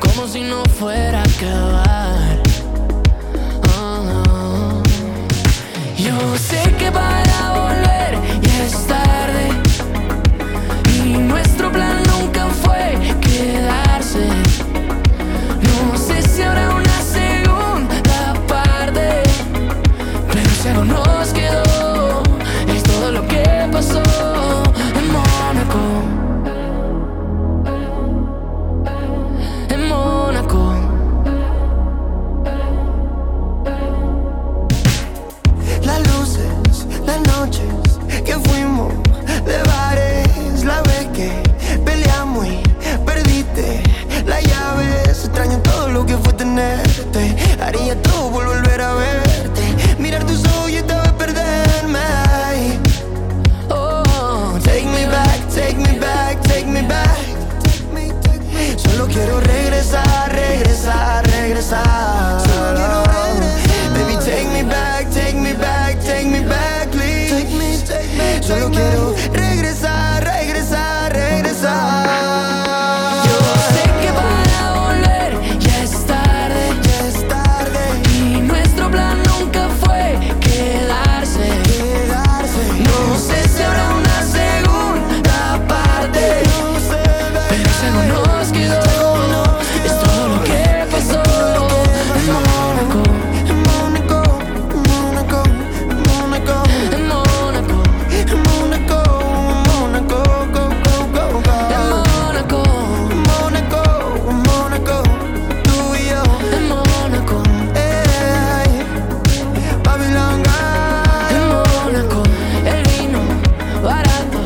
Speaker 9: Como si no fuera a acabar Oh, no. Yo sé que para volver ya es tarde Y nuestro plan nunca fue quedarse No sé si habrá una segunda parte pero si algo nos quedó Es todo lo que pasó En Mónaco En Mónaco
Speaker 10: Oh, solo quiero regresar, regresar, regresar. Yo sé que para volver ya es tarde, ya es tarde. Y nuestro plan nunca fue quedarse, quedarse. No sé si habrá una segunda parte. No sé, pero si algo nos quedó, es todo lo que pasó en Mónaco, en Mónaco, en Mónaco, en Mónaco, en Mónaco, en Mónaco, Mónaco, go, go, go, go. En Mónaco, Mónaco, Mónaco, tú y yo. En Mónaco, ey, Babilonga. En Mónaco, el vino barato,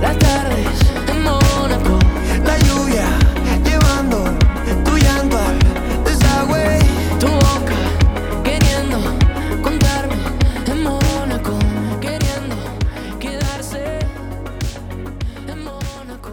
Speaker 10: las tardes. En Mónaco, la lluvia llevando tu llanto al desagüe. Tu boca queriendo contarme. En Mónaco, queriendo quedarse. En Mónaco.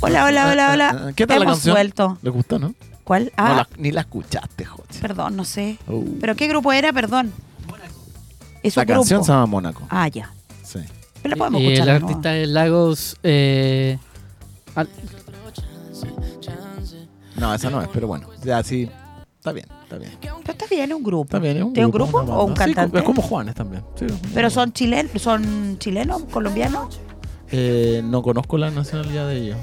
Speaker 4: Hola, hola, hola, hola.
Speaker 5: Ah, ¿Qué tal la
Speaker 4: Hemos
Speaker 5: canción?
Speaker 4: vuelto.
Speaker 5: ¿Le gustó, no?
Speaker 4: ¿Cuál?
Speaker 5: No
Speaker 4: Ah,
Speaker 5: la- ni la escuchaste, Joche.
Speaker 4: perdón, no sé.
Speaker 5: Oh.
Speaker 4: ¿Pero qué grupo era? Perdón. Es un
Speaker 5: La
Speaker 4: grupo.
Speaker 5: canción se llama Mónaco.
Speaker 4: Ah, ya.
Speaker 5: Sí.
Speaker 4: Pero la podemos
Speaker 7: Y
Speaker 4: escuchar.
Speaker 7: el
Speaker 4: de nuevo.
Speaker 7: Eh, artista de Lagos. eh, al-
Speaker 5: No, esa no es, pero bueno. Ya sí. Está bien, está bien.
Speaker 4: Pero está bien, es un grupo.
Speaker 5: Está bien, es un
Speaker 4: ¿Tiene
Speaker 5: grupo. una
Speaker 4: o un
Speaker 5: banda. Sí,
Speaker 4: cantante?
Speaker 5: es como Juanes también. sí, es un
Speaker 4: Pero
Speaker 5: grupo.
Speaker 4: son chilenos, son chilenos, colombianos.
Speaker 5: Eh, no conozco la nacionalidad de ellos.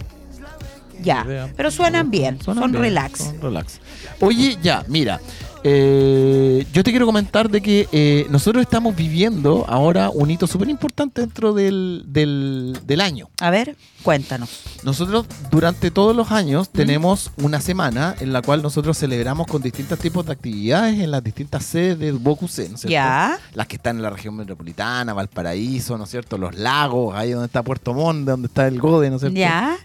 Speaker 4: Ya.
Speaker 5: Idea.
Speaker 4: Pero suenan bien,
Speaker 5: Suenan
Speaker 4: son
Speaker 5: bien,
Speaker 4: relax.
Speaker 5: son relax. Oye, ya, mira. eh, yo te quiero comentar de que eh, nosotros estamos viviendo ahora un hito súper importante dentro del, del, del año.
Speaker 4: A ver, cuéntanos.
Speaker 5: Nosotros durante todos los años tenemos una semana en la cual nosotros celebramos con distintos tipos de actividades en las distintas sedes de Bokusen, ¿cierto?
Speaker 4: Ya.
Speaker 5: las que están en la región metropolitana, Valparaíso, ¿no es cierto? Los lagos, ahí donde está Puerto Montt, donde está el Gode, ¿no es cierto?
Speaker 4: Ya.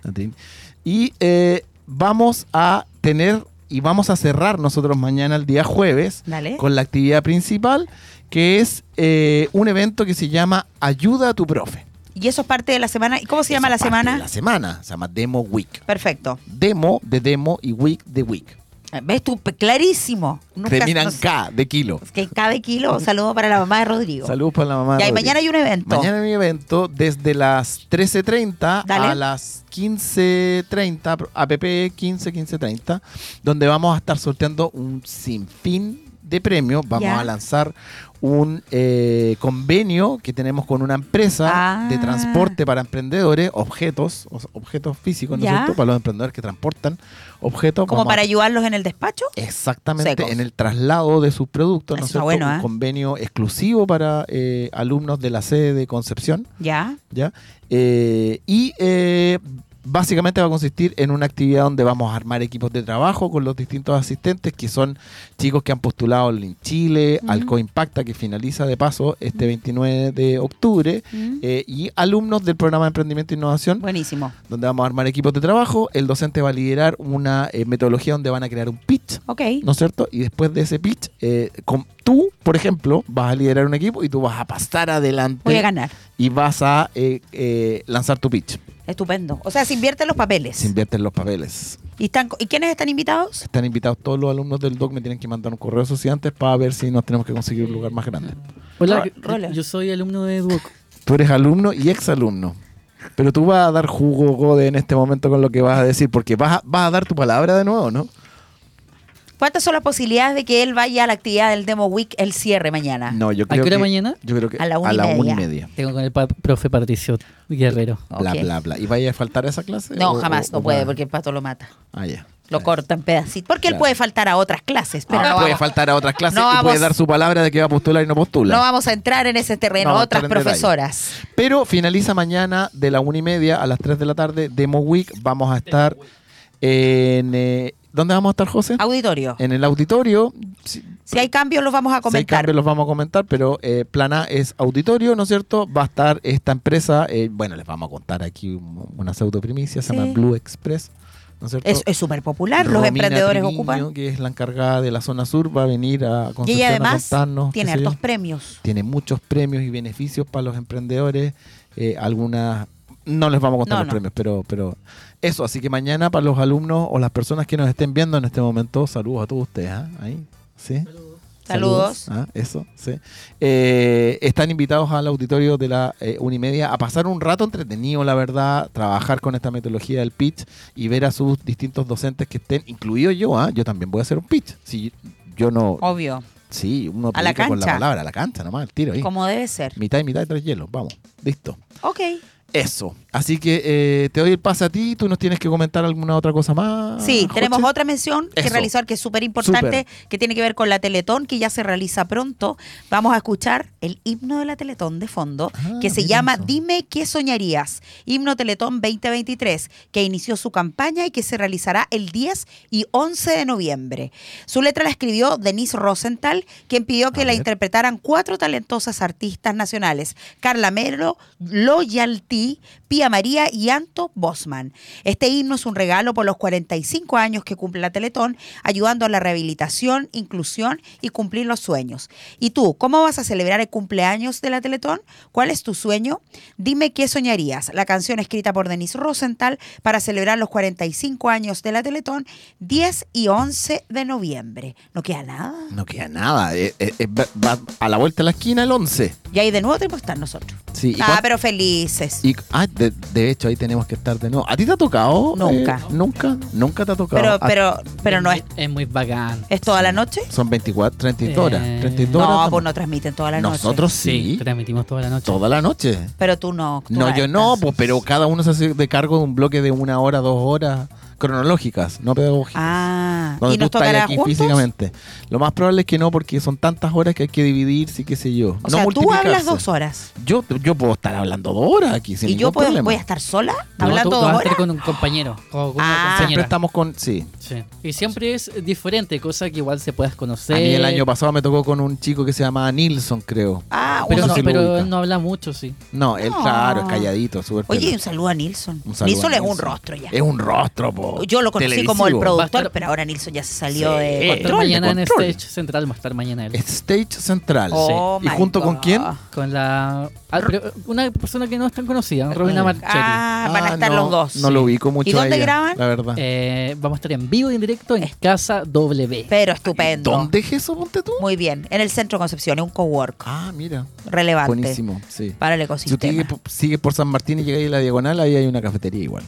Speaker 5: Y eh, vamos a tener y vamos a cerrar nosotros mañana el día jueves
Speaker 4: Dale.
Speaker 5: con la actividad principal, que es eh, un evento que se llama Ayuda a tu profe.
Speaker 4: Y eso es parte de la semana. ¿Y cómo se llama
Speaker 5: Esa
Speaker 4: la
Speaker 5: parte de
Speaker 4: semana?
Speaker 5: La semana, se llama Demo Week.
Speaker 4: Perfecto.
Speaker 5: Demo de demo y week de week.
Speaker 4: ¿Ves tú? P- Clarísimo. Nunca-
Speaker 5: Terminan
Speaker 4: no sé,
Speaker 5: K de kilo.
Speaker 4: es que cada kilo. Saludo para la mamá de Rodrigo.
Speaker 5: Saludos para la mamá. de
Speaker 4: Ya, y
Speaker 5: Rodrigo.
Speaker 4: mañana hay un evento.
Speaker 5: Mañana hay un evento desde las 13.30 a
Speaker 4: Dale.
Speaker 5: las 15.30, pro- APP 15, 15.30, donde vamos a estar sorteando un sinfín de premios. Vamos
Speaker 4: Ya.
Speaker 5: a lanzar un eh, convenio que tenemos con una empresa
Speaker 4: Ah.
Speaker 5: de transporte para emprendedores, objetos, o- objetos físicos, ¿no es
Speaker 4: Ya.
Speaker 5: cierto? Para los emprendedores que transportan objetos.
Speaker 4: Como
Speaker 5: Vamos a-
Speaker 4: para ayudarlos en el despacho.
Speaker 5: Exactamente,
Speaker 4: Secos.
Speaker 5: en el traslado de sus productos, ¿no es
Speaker 4: Eso está
Speaker 5: cierto?
Speaker 4: bueno,
Speaker 5: Un
Speaker 4: ¿eh?
Speaker 5: convenio exclusivo para eh, alumnos de la sede de Concepción,
Speaker 4: Ya.
Speaker 5: ¿ya? Eh, y eh, básicamente va a consistir en una actividad donde vamos a armar equipos de trabajo con los distintos asistentes, que son chicos que han postulado en Chile, al CoImpacta, que finaliza de paso este 29 de octubre,
Speaker 4: Mm.
Speaker 5: eh, y alumnos del programa de Emprendimiento e Innovación,
Speaker 4: Buenísimo.
Speaker 5: donde vamos a armar equipos de trabajo, el docente va a liderar una eh, metodología donde van a crear un pitch,
Speaker 4: Ok.
Speaker 5: ¿no es cierto? Y después de ese pitch, eh, con, tú, por ejemplo, vas a liderar un equipo y tú vas a pasar adelante
Speaker 4: Voy a ganar.
Speaker 5: y vas a eh, eh, lanzar tu pitch.
Speaker 4: Estupendo. O sea, se invierten los papeles.
Speaker 5: Se invierten los papeles.
Speaker 4: ¿Y, están, co- ¿Y quiénes están invitados?
Speaker 5: Están invitados todos los alumnos del DOC, me tienen que mandar un correo asociante para ver si nos tenemos que conseguir un lugar más grande.
Speaker 7: Hola,
Speaker 4: Ro-
Speaker 7: yo-
Speaker 4: Rola.
Speaker 7: yo soy alumno de Duoc.
Speaker 5: Tú eres alumno y ex alumno. Pero tú vas a dar jugo, Gode, en este momento con lo que vas a decir, porque vas a, vas a dar tu palabra de nuevo, ¿no?
Speaker 4: ¿Cuántas son las posibilidades de que él vaya a la actividad del Demo Week el cierre mañana?
Speaker 5: No, yo
Speaker 7: ¿A qué hora mañana?
Speaker 5: Yo creo que
Speaker 4: A la una y
Speaker 5: una
Speaker 4: media.
Speaker 7: Tengo con el pa- profe Patricio Guerrero.
Speaker 5: Bla,
Speaker 4: Ok.
Speaker 5: bla, bla. ¿Y vaya a faltar a esa clase?
Speaker 4: No,
Speaker 5: ¿O-
Speaker 4: jamás,
Speaker 5: o-
Speaker 4: no
Speaker 5: o
Speaker 4: puede,
Speaker 5: va?
Speaker 4: porque el pato lo mata.
Speaker 5: Ah, ya.
Speaker 4: Lo
Speaker 5: Ya.
Speaker 4: corta en pedacitos. Porque él
Speaker 5: Claro.
Speaker 4: puede faltar a otras clases, pero
Speaker 5: Ah,
Speaker 4: no,
Speaker 5: puede
Speaker 4: vamos,
Speaker 5: faltar a otras clases
Speaker 4: no
Speaker 5: y puede
Speaker 4: vamos-
Speaker 5: dar su palabra de que va a postular y no postula.
Speaker 4: no vamos a entrar en ese terreno.
Speaker 5: No,
Speaker 4: otras
Speaker 5: entrar en
Speaker 4: profesoras.
Speaker 5: [laughs] Pero finaliza mañana de la una y media a las 3 de la tarde, Demo Week. Vamos a estar en eh, ¿Dónde vamos a estar, José?
Speaker 4: Auditorio.
Speaker 5: En el auditorio. Si,
Speaker 4: Si hay cambios, los vamos a
Speaker 5: Eh, si hay
Speaker 4: comentar.
Speaker 5: cambios los vamos a comentar, pero eh, plan A es auditorio, ¿no es cierto? Va a estar esta empresa. eh, bueno, les vamos a contar aquí un- una pseudo primicia. Se llama
Speaker 4: Sí.
Speaker 5: Blue Express, ¿no es cierto?
Speaker 4: Es es súper popular, los
Speaker 5: Romina
Speaker 4: emprendedores
Speaker 5: Triviño,
Speaker 4: ocupan.
Speaker 5: que es la encargada de la zona sur, va a venir a
Speaker 4: Y
Speaker 5: Concepción
Speaker 4: ella
Speaker 5: a
Speaker 4: además
Speaker 5: contarnos,
Speaker 4: tiene
Speaker 5: qué sé yo.
Speaker 4: hartos premios.
Speaker 5: Tiene muchos premios y beneficios para los emprendedores. eh, algunas no les vamos a contar
Speaker 4: No,
Speaker 5: los
Speaker 4: no.
Speaker 5: premios, pero pero eso. Así que mañana para los alumnos o las personas que nos estén viendo en este momento, saludos a todos ustedes. ¿ah? Ahí, sí.
Speaker 4: Saludos.
Speaker 5: Ah, eso, sí. Eh, están invitados al auditorio de la eh, Unimedia a pasar un rato entretenido, la verdad, trabajar con esta metodología del pitch y ver a sus distintos docentes que estén, incluido yo, ¿ah? yo también voy a hacer un pitch. Si yo no,
Speaker 4: Obvio,
Speaker 5: sí, uno
Speaker 4: A la
Speaker 5: predica con la
Speaker 4: cancha.
Speaker 5: palabra, a la cancha nomás, el tiro ahí.
Speaker 4: como debe ser.
Speaker 5: Mitad y mitad y tres hielos, vamos, listo.
Speaker 4: Ok.
Speaker 5: Eso. Así que eh, te doy el pase a ti, tú nos tienes que comentar alguna otra cosa más.
Speaker 4: Sí, tenemos
Speaker 5: Joche.
Speaker 4: otra mención que
Speaker 5: Eso.
Speaker 4: realizar que es súper importante, que tiene que ver con la Teletón, que ya se realiza pronto. Vamos a escuchar el himno de la Teletón de fondo,
Speaker 5: Ah,
Speaker 4: que se
Speaker 5: mira
Speaker 4: llama
Speaker 5: eso.
Speaker 4: Dime qué soñarías, himno Teletón 2023, que inició su campaña y que se realizará el 10 y 11 de noviembre. Su letra la escribió Denise Rosenthal, quien pidió que
Speaker 5: A
Speaker 4: la
Speaker 5: ver.
Speaker 4: interpretaran cuatro talentosas artistas nacionales, Carla Melo, Loyalty, Pía María y Anto Bosman. Este himno es un regalo por los 45 años que cumple la Teletón, ayudando a la rehabilitación, inclusión y cumplir los sueños. ¿Y tú, cómo vas a celebrar el cumpleaños de la Teletón? ¿Cuál es tu sueño? Dime qué soñarías. La canción escrita por Denise Rosenthal para celebrar los 45 años de la Teletón, 10 y 11 de noviembre. No queda nada.
Speaker 5: No queda nada. eh, eh, eh, va- va a la vuelta de la esquina el 11.
Speaker 4: Y ahí de nuevo tenemos que estar nosotros.
Speaker 5: Sí, ¿y
Speaker 4: Ah,
Speaker 5: cuán-
Speaker 4: pero felices.
Speaker 5: Y, ah, de, de hecho, ahí tenemos que estar de nuevo. ¿A ti te ha tocado?
Speaker 4: Nunca.
Speaker 5: eh, ¿Nunca? ¿Nunca te ha tocado?
Speaker 4: Pero,
Speaker 5: Ah,
Speaker 4: pero, pero no es,
Speaker 7: Es muy bacán.
Speaker 4: es toda la noche.
Speaker 5: Son 24, 32 horas.
Speaker 7: Eh,
Speaker 5: 32 horas
Speaker 4: No,
Speaker 5: estamos-
Speaker 4: pues no transmiten toda la noche.
Speaker 5: Nosotros
Speaker 7: Sí,
Speaker 5: sí.
Speaker 7: transmitimos toda la noche.
Speaker 5: toda la noche.
Speaker 4: Pero tú no. tú
Speaker 5: No, yo no,
Speaker 4: estás-
Speaker 5: pues, pero cada uno se hace de cargo de un bloque de una hora, dos horas cronológicas, no pedagógicas.
Speaker 4: Ah,
Speaker 5: donde
Speaker 4: ¿y
Speaker 5: tú
Speaker 4: nos
Speaker 5: estás
Speaker 4: tocará
Speaker 5: aquí
Speaker 4: juntos?
Speaker 5: físicamente. Lo más probable es que no, porque son tantas horas que hay que dividirse y qué sé yo.
Speaker 4: O sea, tú hablas dos horas.
Speaker 5: Yo, yo puedo estar hablando dos horas aquí pues. sin
Speaker 4: ¿Y yo
Speaker 5: ningún
Speaker 4: puedo,
Speaker 5: problema.
Speaker 4: voy a estar sola
Speaker 7: No,
Speaker 4: hablando
Speaker 7: tú- tú
Speaker 4: dos
Speaker 7: vas a
Speaker 4: horas?
Speaker 7: estar con un compañero. o con una
Speaker 4: Ah.
Speaker 5: Siempre
Speaker 7: compañera.
Speaker 5: estamos con... Sí.
Speaker 7: Sí. Y siempre es diferente, cosa que igual se puedas conocer.
Speaker 5: A mí el año pasado me tocó con un chico que se llamaba Nilson, creo.
Speaker 4: Ah,
Speaker 5: Uno
Speaker 7: Pero,
Speaker 4: uno
Speaker 7: no,
Speaker 5: sí lo
Speaker 7: pero
Speaker 5: ubica.
Speaker 7: él no habla mucho, sí.
Speaker 5: No, él,
Speaker 4: No.
Speaker 5: claro, es calladito, súper
Speaker 4: Oye,
Speaker 5: pelo.
Speaker 4: un saludo a Nilsson.
Speaker 5: Un saludo
Speaker 4: Nilsson
Speaker 5: a
Speaker 4: es un
Speaker 5: Nilsson.
Speaker 4: rostro ya.
Speaker 5: Es un rostro, po.
Speaker 4: Yo lo conocí
Speaker 5: Televisivo.
Speaker 4: como el
Speaker 7: Va a
Speaker 4: productor,
Speaker 7: estar-
Speaker 4: pero ahora Nilsson ya se salió
Speaker 5: Sí.
Speaker 4: de
Speaker 5: Eh,
Speaker 7: Va
Speaker 4: control.
Speaker 7: a estar
Speaker 5: control,
Speaker 7: mañana en
Speaker 5: control.
Speaker 7: Stage Central, va a estar mañana él.
Speaker 5: Stage Central.
Speaker 4: Oh,
Speaker 5: ¿Y
Speaker 4: my
Speaker 5: junto con
Speaker 4: God.
Speaker 5: quién?
Speaker 7: Con la. ah, pero una persona que no es tan conocida, Robina Marchelli.
Speaker 4: Ah, van a
Speaker 5: Ah,
Speaker 4: estar
Speaker 5: no,
Speaker 4: los dos.
Speaker 5: No lo ubico mucho.
Speaker 4: ¿Y dónde
Speaker 5: a ella,
Speaker 4: graban?
Speaker 5: La verdad.
Speaker 7: Eh, vamos a estar en vivo y en directo en Casa W.
Speaker 4: Pero estupendo.
Speaker 5: ¿Dónde es eso, ponte tú?
Speaker 4: Muy bien. En el Centro Concepción, es un cowork
Speaker 5: Ah, mira.
Speaker 4: relevante
Speaker 5: Buenísimo, sí.
Speaker 4: para el
Speaker 5: Si tú
Speaker 4: ecosistema.
Speaker 5: sigues por- sigues por San Martín y llegas ahí a la diagonal, ahí hay una cafetería igual.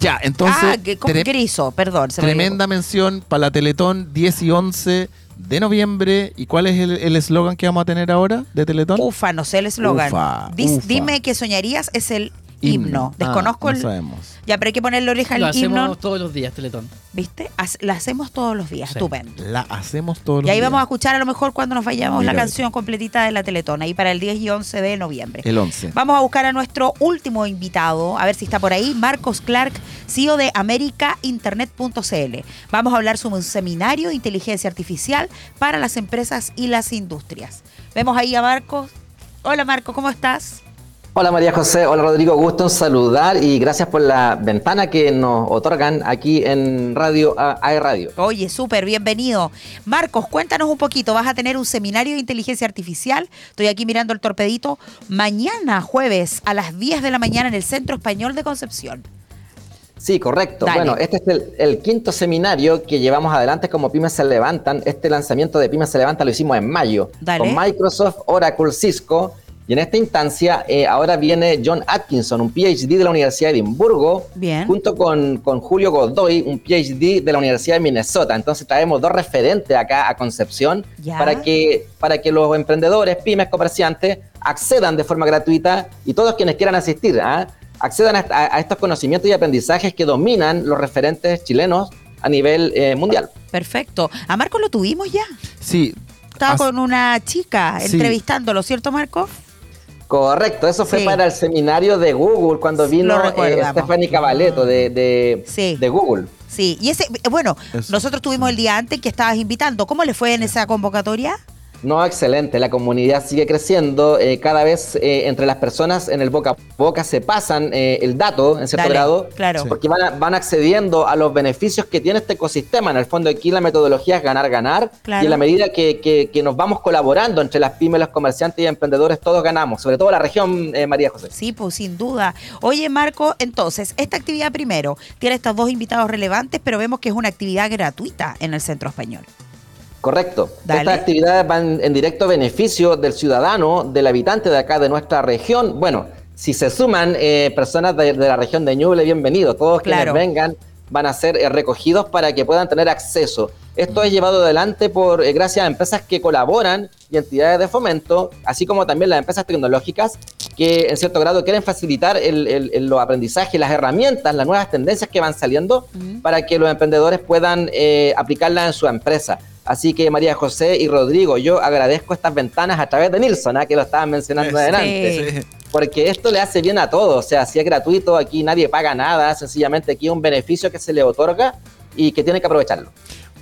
Speaker 5: Ya, entonces,
Speaker 4: ah, que, ¿cómo?
Speaker 5: tre-
Speaker 4: Griso, perdón. se me
Speaker 5: tremenda mención para la Teletón 10 y 11 de noviembre. ¿Y cuál es el- el eslogan que vamos a tener ahora de Teletón?
Speaker 4: olvidó. Ufa, no sé el eslogan.
Speaker 5: Ufa,
Speaker 4: Dis-
Speaker 5: ufa.
Speaker 4: Dime que soñarías es el himno. Desconozco
Speaker 5: Ah,
Speaker 4: el.
Speaker 5: No sabemos.
Speaker 4: Ya, pero hay que ponerle oreja
Speaker 7: Lo
Speaker 4: al
Speaker 7: hacemos
Speaker 4: himno.
Speaker 7: todos los días, Teletón.
Speaker 4: ¿Viste? Haz- la hacemos todos los días.
Speaker 7: Sí.
Speaker 4: Estupendo.
Speaker 5: La hacemos todos
Speaker 4: Y ahí
Speaker 5: los
Speaker 4: vamos a
Speaker 5: días.
Speaker 4: escuchar a lo mejor cuando nos vayamos
Speaker 5: Mira.
Speaker 4: la canción completita de la Teletón, ahí para el 10 y 11 de noviembre.
Speaker 5: El 11.
Speaker 4: Vamos a buscar a nuestro último invitado, a ver si está por ahí, Marcos Clark, CEO de AmericaInternet.cl. Vamos a hablar sobre un seminario de inteligencia artificial para las empresas y las industrias. Vemos ahí a Marcos. Hola Marco, ¿cómo estás?
Speaker 9: Hola María José, hola Rodrigo, gusto en saludar y gracias por la ventana que nos otorgan aquí en Radio A- AE Radio.
Speaker 4: Oye, súper, bienvenido. Marcos, cuéntanos un poquito, vas a tener un seminario de inteligencia artificial, estoy aquí mirando el torpedito, mañana jueves a las 10 de la mañana en el Centro Español de Concepción.
Speaker 9: Sí, correcto.
Speaker 4: Dale.
Speaker 9: Bueno, este es el, el quinto seminario que llevamos adelante como Pymes se levantan. Este lanzamiento de Pymes se levanta lo hicimos en mayo
Speaker 4: Dale.
Speaker 9: con Microsoft, Oracle, Cisco. Y en esta instancia eh, ahora viene John Atkinson, un PhD de la Universidad de Edimburgo,
Speaker 4: Bien.
Speaker 9: junto con, con Julio Godoy, un PhD de la Universidad de Minnesota. Entonces traemos dos referentes acá a Concepción
Speaker 4: Ya.
Speaker 9: para que, para que los emprendedores, pymes, comerciantes accedan de forma gratuita y todos quienes quieran asistir, ¿ah? accedan a, a- a estos conocimientos y aprendizajes que dominan los referentes chilenos a nivel eh, mundial.
Speaker 4: Perfecto. A Marco lo tuvimos ya.
Speaker 5: Sí.
Speaker 4: Estaba
Speaker 5: As-
Speaker 4: con una chica
Speaker 5: Sí.
Speaker 4: entrevistándolo, ¿cierto, Marco?
Speaker 9: Correcto, eso fue
Speaker 4: Sí.
Speaker 9: para el seminario de Google cuando
Speaker 4: Sí,
Speaker 9: vino
Speaker 4: lo
Speaker 9: eh,
Speaker 4: recordamos.
Speaker 9: Stephanie Cavaleto de, de-
Speaker 4: Sí.
Speaker 9: de Google.
Speaker 4: Sí, y ese, bueno,
Speaker 5: Eso.
Speaker 4: nosotros tuvimos el día antes que estabas invitando. ¿Cómo le fue en esa convocatoria?
Speaker 9: No, excelente. La comunidad sigue creciendo. eh, cada vez eh, entre las personas en el boca a boca se pasan eh, el dato en cierto
Speaker 4: Dale,
Speaker 9: grado.
Speaker 4: claro. Sí.
Speaker 9: Porque van, a- van accediendo a los beneficios que tiene este ecosistema. En el fondo, aquí la metodología es ganar, ganar.
Speaker 4: Claro.
Speaker 9: Y en la medida que, que- que nos vamos colaborando entre las pymes, los comerciantes y emprendedores, todos ganamos. Sobre todo la región, eh, María José.
Speaker 4: Sí, pues sin duda. Oye, Marco, entonces, esta actividad primero tiene estos dos invitados relevantes, pero vemos que es una actividad gratuita en el Centro Español.
Speaker 9: Correcto.
Speaker 4: Dale.
Speaker 9: Estas actividades van en directo beneficio del ciudadano, del habitante de acá, de nuestra región. Bueno, si se suman eh, personas de, de la región de Ñuble, bienvenidos. Todos
Speaker 4: Claro.
Speaker 9: quienes vengan van a ser eh, recogidos para que puedan tener acceso. Esto es llevado adelante por eh, gracias a empresas que colaboran y entidades de fomento, así como también las empresas tecnológicas que en cierto grado quieren facilitar el, el- el- los aprendizajes, las herramientas, las nuevas tendencias que van saliendo para que los emprendedores puedan eh, aplicarlas en su empresa. Así que María José y Rodrigo, yo agradezco estas ventanas a través de Nilsson, ah, que lo estaban mencionando
Speaker 5: Sí.
Speaker 9: adelante.
Speaker 5: Sí.
Speaker 9: Porque esto le hace bien a todos, o sea, si es gratuito, aquí nadie paga nada, sencillamente aquí es un beneficio que se le otorga y que tiene que aprovecharlo.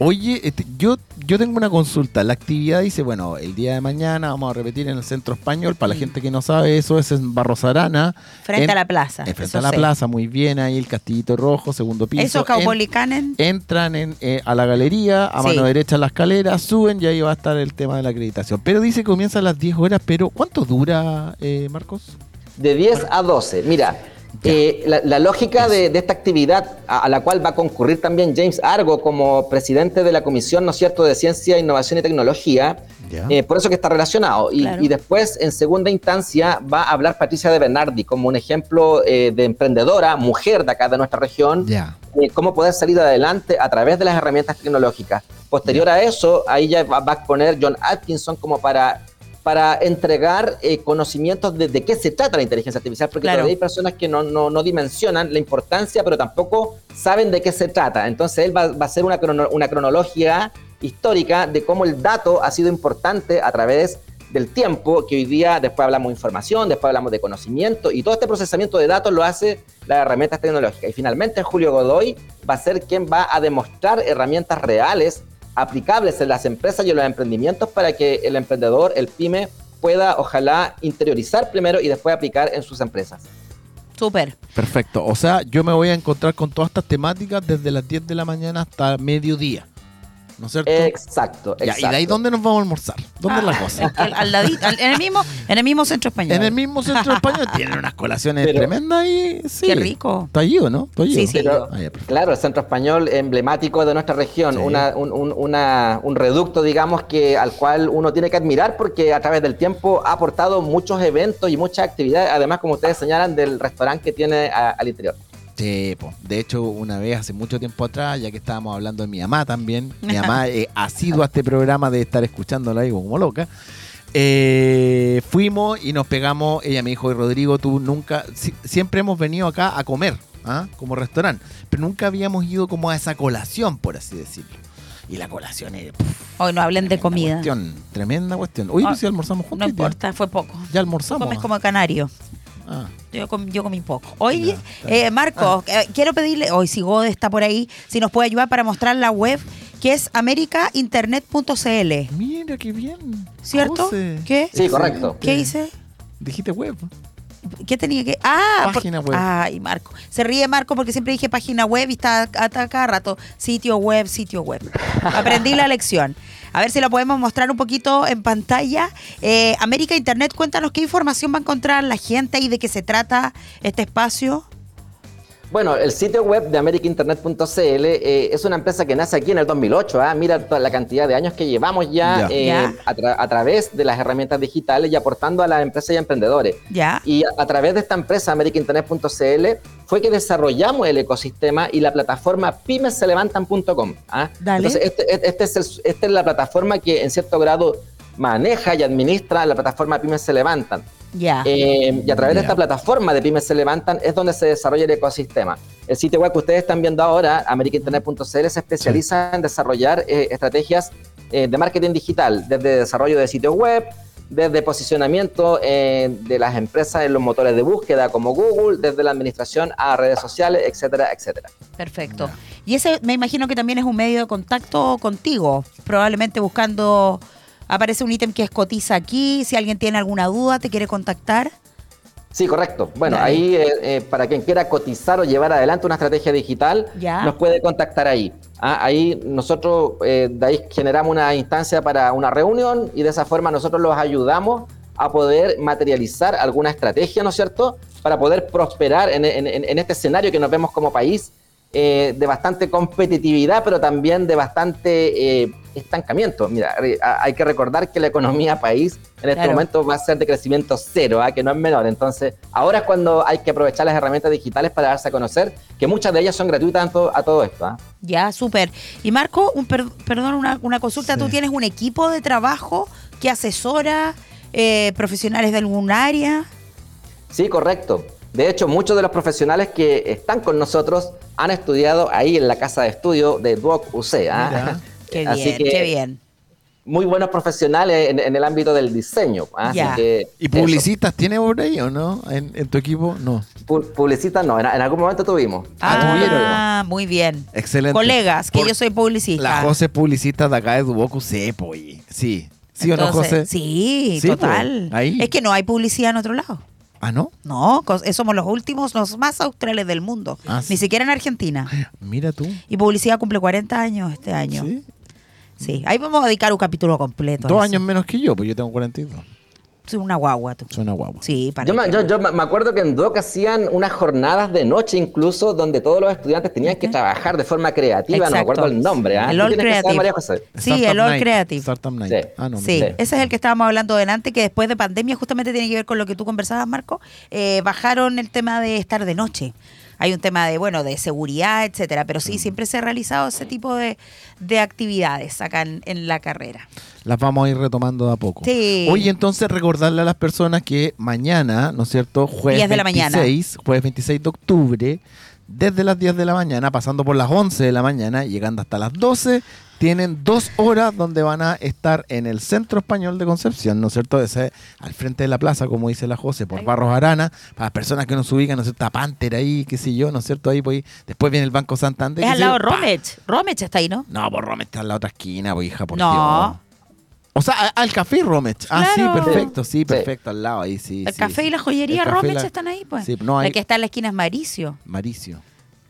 Speaker 5: Oye, este, yo, yo tengo una consulta. La actividad dice, bueno, el día de mañana vamos a repetir en el Centro Español. Para la gente que no sabe, eso es en Barros Arana.
Speaker 4: Frente
Speaker 5: En-
Speaker 4: a la plaza.
Speaker 5: eh, frente
Speaker 4: eso
Speaker 5: a la
Speaker 4: sé.
Speaker 5: plaza, muy bien. Ahí el Castillito Rojo, segundo piso.
Speaker 4: Eso,
Speaker 5: En-
Speaker 4: Caupolicanen.
Speaker 5: entran en, eh, a la galería, a
Speaker 4: Sí.
Speaker 5: mano derecha en la escalera, suben y ahí va a estar el tema de la acreditación. Pero dice que comienza a las 10 horas, pero ¿cuánto dura, eh, Marcos?
Speaker 9: De 10 a 12. Mira, eh, la, la lógica de, de esta actividad a, a la cual va a concurrir también James Argo como presidente de la Comisión, ¿no es cierto?, de Ciencia, Innovación y Tecnología.
Speaker 5: Ya.
Speaker 9: Eh, por eso que está relacionado. Y,
Speaker 4: Claro.
Speaker 9: y después, en segunda instancia, va a hablar Patricia de Bernardi como un ejemplo eh, de emprendedora, mujer de acá de nuestra región
Speaker 5: Ya.
Speaker 9: eh, cómo poder salir adelante a través de las herramientas tecnológicas. Posterior a eso, ahí ya va, va a exponer John Atkinson como para, para entregar eh, conocimientos de, de qué se trata la inteligencia artificial, porque
Speaker 4: Claro.
Speaker 9: todavía hay personas que no, no, no dimensionan la importancia, pero tampoco saben de qué se trata. Entonces él va, va a hacer una, crono- una cronología histórica de cómo el dato ha sido importante a través del tiempo, que hoy día después hablamos de información, después hablamos de conocimiento, y todo este procesamiento de datos lo hace las herramientas tecnológicas. Y finalmente Julio Godoy va a ser quien va a demostrar herramientas reales, aplicables en las empresas y en los emprendimientos para que el emprendedor, el pyme, pueda ojalá interiorizar primero y después aplicar en sus empresas.
Speaker 4: Súper.
Speaker 5: Perfecto. O sea, yo me voy a encontrar con todas estas temáticas desde las 10 de la mañana hasta mediodía. ¿No es cierto?
Speaker 9: Exacto,
Speaker 5: Ya,
Speaker 9: exacto.
Speaker 5: ¿Y de ahí dónde nos vamos a almorzar? ¿Dónde es
Speaker 4: Ah,
Speaker 5: la cosa?
Speaker 4: Al- al ladito, al- en, el mismo, en el mismo Centro Español.
Speaker 5: En el mismo centro español
Speaker 4: [laughs]
Speaker 5: tienen unas colaciones
Speaker 9: Pero-
Speaker 5: tremendas y sí.
Speaker 4: Qué rico.
Speaker 5: Está allí, ¿o ¿no? Está allí,
Speaker 4: Sí,
Speaker 5: ¿o?
Speaker 4: sí.
Speaker 9: Pero-
Speaker 5: Ah, ya, perfecto.
Speaker 9: Claro, el centro español emblemático de nuestra región,
Speaker 5: Sí.
Speaker 9: una- un, un- una- un reducto, digamos, que al cual uno tiene que admirar porque a través del tiempo ha aportado muchos eventos y muchas actividades, además, como ustedes señalan, del restaurante que tiene a- al interior.
Speaker 5: Sí, po. de hecho, una vez hace mucho tiempo atrás, ya que estábamos hablando de mi mamá también, mi
Speaker 4: [laughs]
Speaker 5: mamá eh, ha sido a este programa de estar escuchándola digo como loca. eh, fuimos y nos pegamos, ella me dijo, Rodrigo, tú nunca, si- siempre hemos venido acá a comer, ¿ah? como restaurante, pero nunca habíamos ido como a esa colación, por así decirlo. Y la colación es pff,
Speaker 4: Hoy no hablen de
Speaker 5: tremenda
Speaker 4: comida.
Speaker 5: Cuestión, tremenda cuestión. Oye,
Speaker 4: Ah,
Speaker 5: pues si almorzamos juntos.
Speaker 4: No
Speaker 5: hoy día.
Speaker 4: importa, fue poco.
Speaker 5: Ya
Speaker 4: Tú
Speaker 5: almorzamos.
Speaker 4: comes como canario.
Speaker 5: Ah.
Speaker 4: Yo, com- yo comí poco. Oye,
Speaker 5: Ya, está bien. Ah.
Speaker 4: eh, Marco, eh, quiero pedirle, hoy si Gode está por ahí, si nos puede ayudar para mostrar la web, que es americainternet.cl.
Speaker 5: Mira qué bien.
Speaker 4: ¿Cierto?
Speaker 5: José.
Speaker 4: ¿Qué?
Speaker 9: Sí, correcto.
Speaker 4: ¿Qué hice?
Speaker 5: Dijiste web.
Speaker 4: ¿Qué tenía que.? Ah, por-
Speaker 5: Página web.
Speaker 4: Ay, Marco. Se ríe Marco porque siempre dije página web y está hasta cada rato. Sitio web, sitio web. Aprendí la lección. A ver si la podemos mostrar un poquito en pantalla. Eh, América Internet, cuéntanos qué información va a encontrar la gente y de qué se trata este espacio.
Speaker 9: Bueno, el sitio web de americainternet.cl eh, es una empresa que nace aquí en el 2008. ah, Mira toda la cantidad de años que llevamos
Speaker 5: Ya.
Speaker 9: ya, eh,
Speaker 4: Ya.
Speaker 9: A, tra- a través de las herramientas digitales y aportando a las empresas y emprendedores.
Speaker 4: Ya.
Speaker 9: Y a, a través de esta empresa, americainternet.cl, fue que desarrollamos el ecosistema y la plataforma pymeselevantan.com. ¿ah?
Speaker 4: Dale.
Speaker 9: Entonces, este- este- este es el- esta es la plataforma que en cierto grado maneja y administra la plataforma Pymes Se Levantan.
Speaker 4: Ya.
Speaker 9: Eh, y a través de
Speaker 5: Ya.
Speaker 9: esta plataforma de Pymes se levantan es donde se desarrolla el ecosistema. El sitio web que ustedes están viendo ahora, americainternet.cl, se especializa en desarrollar eh, estrategias eh, de marketing digital, desde desarrollo de sitios web, desde posicionamiento eh, de las empresas en los motores de búsqueda como Google, desde la administración a redes sociales, etcétera, etcétera.
Speaker 4: Perfecto. Y ese me imagino que también es un medio de contacto contigo, probablemente buscando, aparece un ítem que es cotiza aquí, si alguien tiene alguna duda, te quiere contactar.
Speaker 9: Sí, correcto. Bueno,
Speaker 4: Ya.
Speaker 9: ahí eh, eh, para quien quiera cotizar o llevar adelante una estrategia digital,
Speaker 4: Ya.
Speaker 9: nos puede contactar ahí. Ah, ahí nosotros eh, de ahí generamos una instancia para una reunión y de esa forma nosotros los ayudamos a poder materializar alguna estrategia, ¿no es cierto? Para poder prosperar en, en- en- en este escenario que nos vemos como país eh, de bastante competitividad, pero también de bastante eh, estancamiento. Mira, re- a- hay que recordar que la economía país en este
Speaker 4: Claro.
Speaker 9: momento esto va a ser de crecimiento cero, ¿ah? que no es menor. Entonces, ahora es cuando hay que aprovechar las herramientas digitales para darse a conocer, que muchas de ellas son gratuitas a to- a todo esto. ¿ah?
Speaker 4: Ya, súper. Y Marco, un per- perdón, una, una consulta. ¿Tú tienes un equipo de trabajo que asesora eh, profesionales de algún área?
Speaker 9: Sí, correcto. De hecho, muchos de los profesionales que están con nosotros han estudiado ahí en la casa de estudio de Duoc UC. ¿ah?
Speaker 4: Qué
Speaker 9: [laughs] Así
Speaker 4: bien,
Speaker 9: que-
Speaker 4: qué bien.
Speaker 9: Muy buenos profesionales en, en el ámbito del diseño. ¿ah?
Speaker 4: Ya.
Speaker 9: Así que
Speaker 5: ¿Y
Speaker 9: eso.
Speaker 5: publicistas tiene por ahí o no? ¿En, en tu equipo? No.
Speaker 9: Pu- publicistas no, en, en algún momento tuvimos.
Speaker 4: Ah, muy bien.
Speaker 5: Excelente.
Speaker 4: Colegas, que
Speaker 5: Por-
Speaker 4: yo soy publicista.
Speaker 5: La José es publicista de acá de Duboku Sepo, oye. Sí. ¿Sí o no,
Speaker 4: Entonces,
Speaker 5: José?
Speaker 4: Sí,
Speaker 5: Sí,
Speaker 4: total.
Speaker 5: pues, ahí.
Speaker 4: Es que no hay publicidad en otro lado.
Speaker 5: Ah, ¿no?
Speaker 4: No, cos- eh, somos los últimos, los más australes del mundo.
Speaker 5: Ah,
Speaker 4: Ni
Speaker 5: sí.
Speaker 4: siquiera en Argentina.
Speaker 5: Mira tú.
Speaker 4: Y publicidad cumple 40 años este año. Sí.
Speaker 5: Sí.
Speaker 4: Ahí vamos a dedicar un capítulo completo.
Speaker 5: Dos
Speaker 4: a eso.
Speaker 5: años menos que yo, pues yo tengo 42.
Speaker 4: Soy una guagua tú.
Speaker 5: Suena guapo.
Speaker 4: Sí, para
Speaker 9: Yo me,
Speaker 4: que-
Speaker 9: yo- yo me- me acuerdo que en DOC hacían unas jornadas de noche incluso donde todos los estudiantes tenían que trabajar de forma creativa, no me
Speaker 4: Exacto.
Speaker 9: acuerdo el nombre. ¿ah?
Speaker 4: El
Speaker 9: ¿Tú
Speaker 4: All
Speaker 9: tienes que saber,
Speaker 4: Creative.
Speaker 9: María José?
Speaker 4: Sí, el All
Speaker 5: Night.
Speaker 4: Creative.
Speaker 5: Startup Night.
Speaker 9: Sí.
Speaker 5: Ah, no. me
Speaker 4: Sí,
Speaker 9: Sí.
Speaker 5: acuerdo.
Speaker 4: ese es el que estábamos hablando delante, que después de pandemia justamente tiene que ver con lo que tú conversabas, Marco. Eh, bajaron el tema de estar de noche. Hay un tema de, bueno, de seguridad, etcétera. Pero
Speaker 5: Mm.
Speaker 4: sí, siempre se ha realizado ese tipo de, de actividades acá en, en la carrera.
Speaker 5: Las vamos a ir retomando de a poco.
Speaker 4: Sí.
Speaker 5: Oye, entonces recordarle a las personas que mañana, ¿no es cierto? Jueves
Speaker 4: 10 de la mañana.
Speaker 5: 26, jueves 26 de octubre, desde las 10 de la mañana, pasando por las 11 de la mañana, llegando hasta las 12, tienen dos horas donde van a estar en el Centro Español de Concepción, ¿no es cierto? Ese, al frente de la plaza, como dice la José, por Barros Arana, para las personas que nos ubican, ¿no es cierto? A Panther ahí, qué sé yo, ¿no es cierto? Ahí, pues, después viene el Banco Santander.
Speaker 4: Es
Speaker 5: qué
Speaker 4: al
Speaker 5: sé
Speaker 4: lado
Speaker 5: yo, ¡pa!
Speaker 4: Romech. Romech está ahí, ¿no?
Speaker 5: No, por Romet está en la otra esquina, pues, hija, por
Speaker 4: No.
Speaker 5: Dios. O sea, a- al café Romet. Ah,
Speaker 4: Claro.
Speaker 5: sí, perfecto, sí,
Speaker 9: Sí.
Speaker 5: perfecto, al lado ahí, sí.
Speaker 4: El
Speaker 5: sí,
Speaker 4: café
Speaker 5: sí.
Speaker 4: y la joyería
Speaker 5: El café y
Speaker 4: Romech
Speaker 5: la-
Speaker 4: están ahí, pues.
Speaker 5: Sí, no,
Speaker 4: La
Speaker 5: hay-
Speaker 4: que está en la esquina es Maricio.
Speaker 5: Maricio.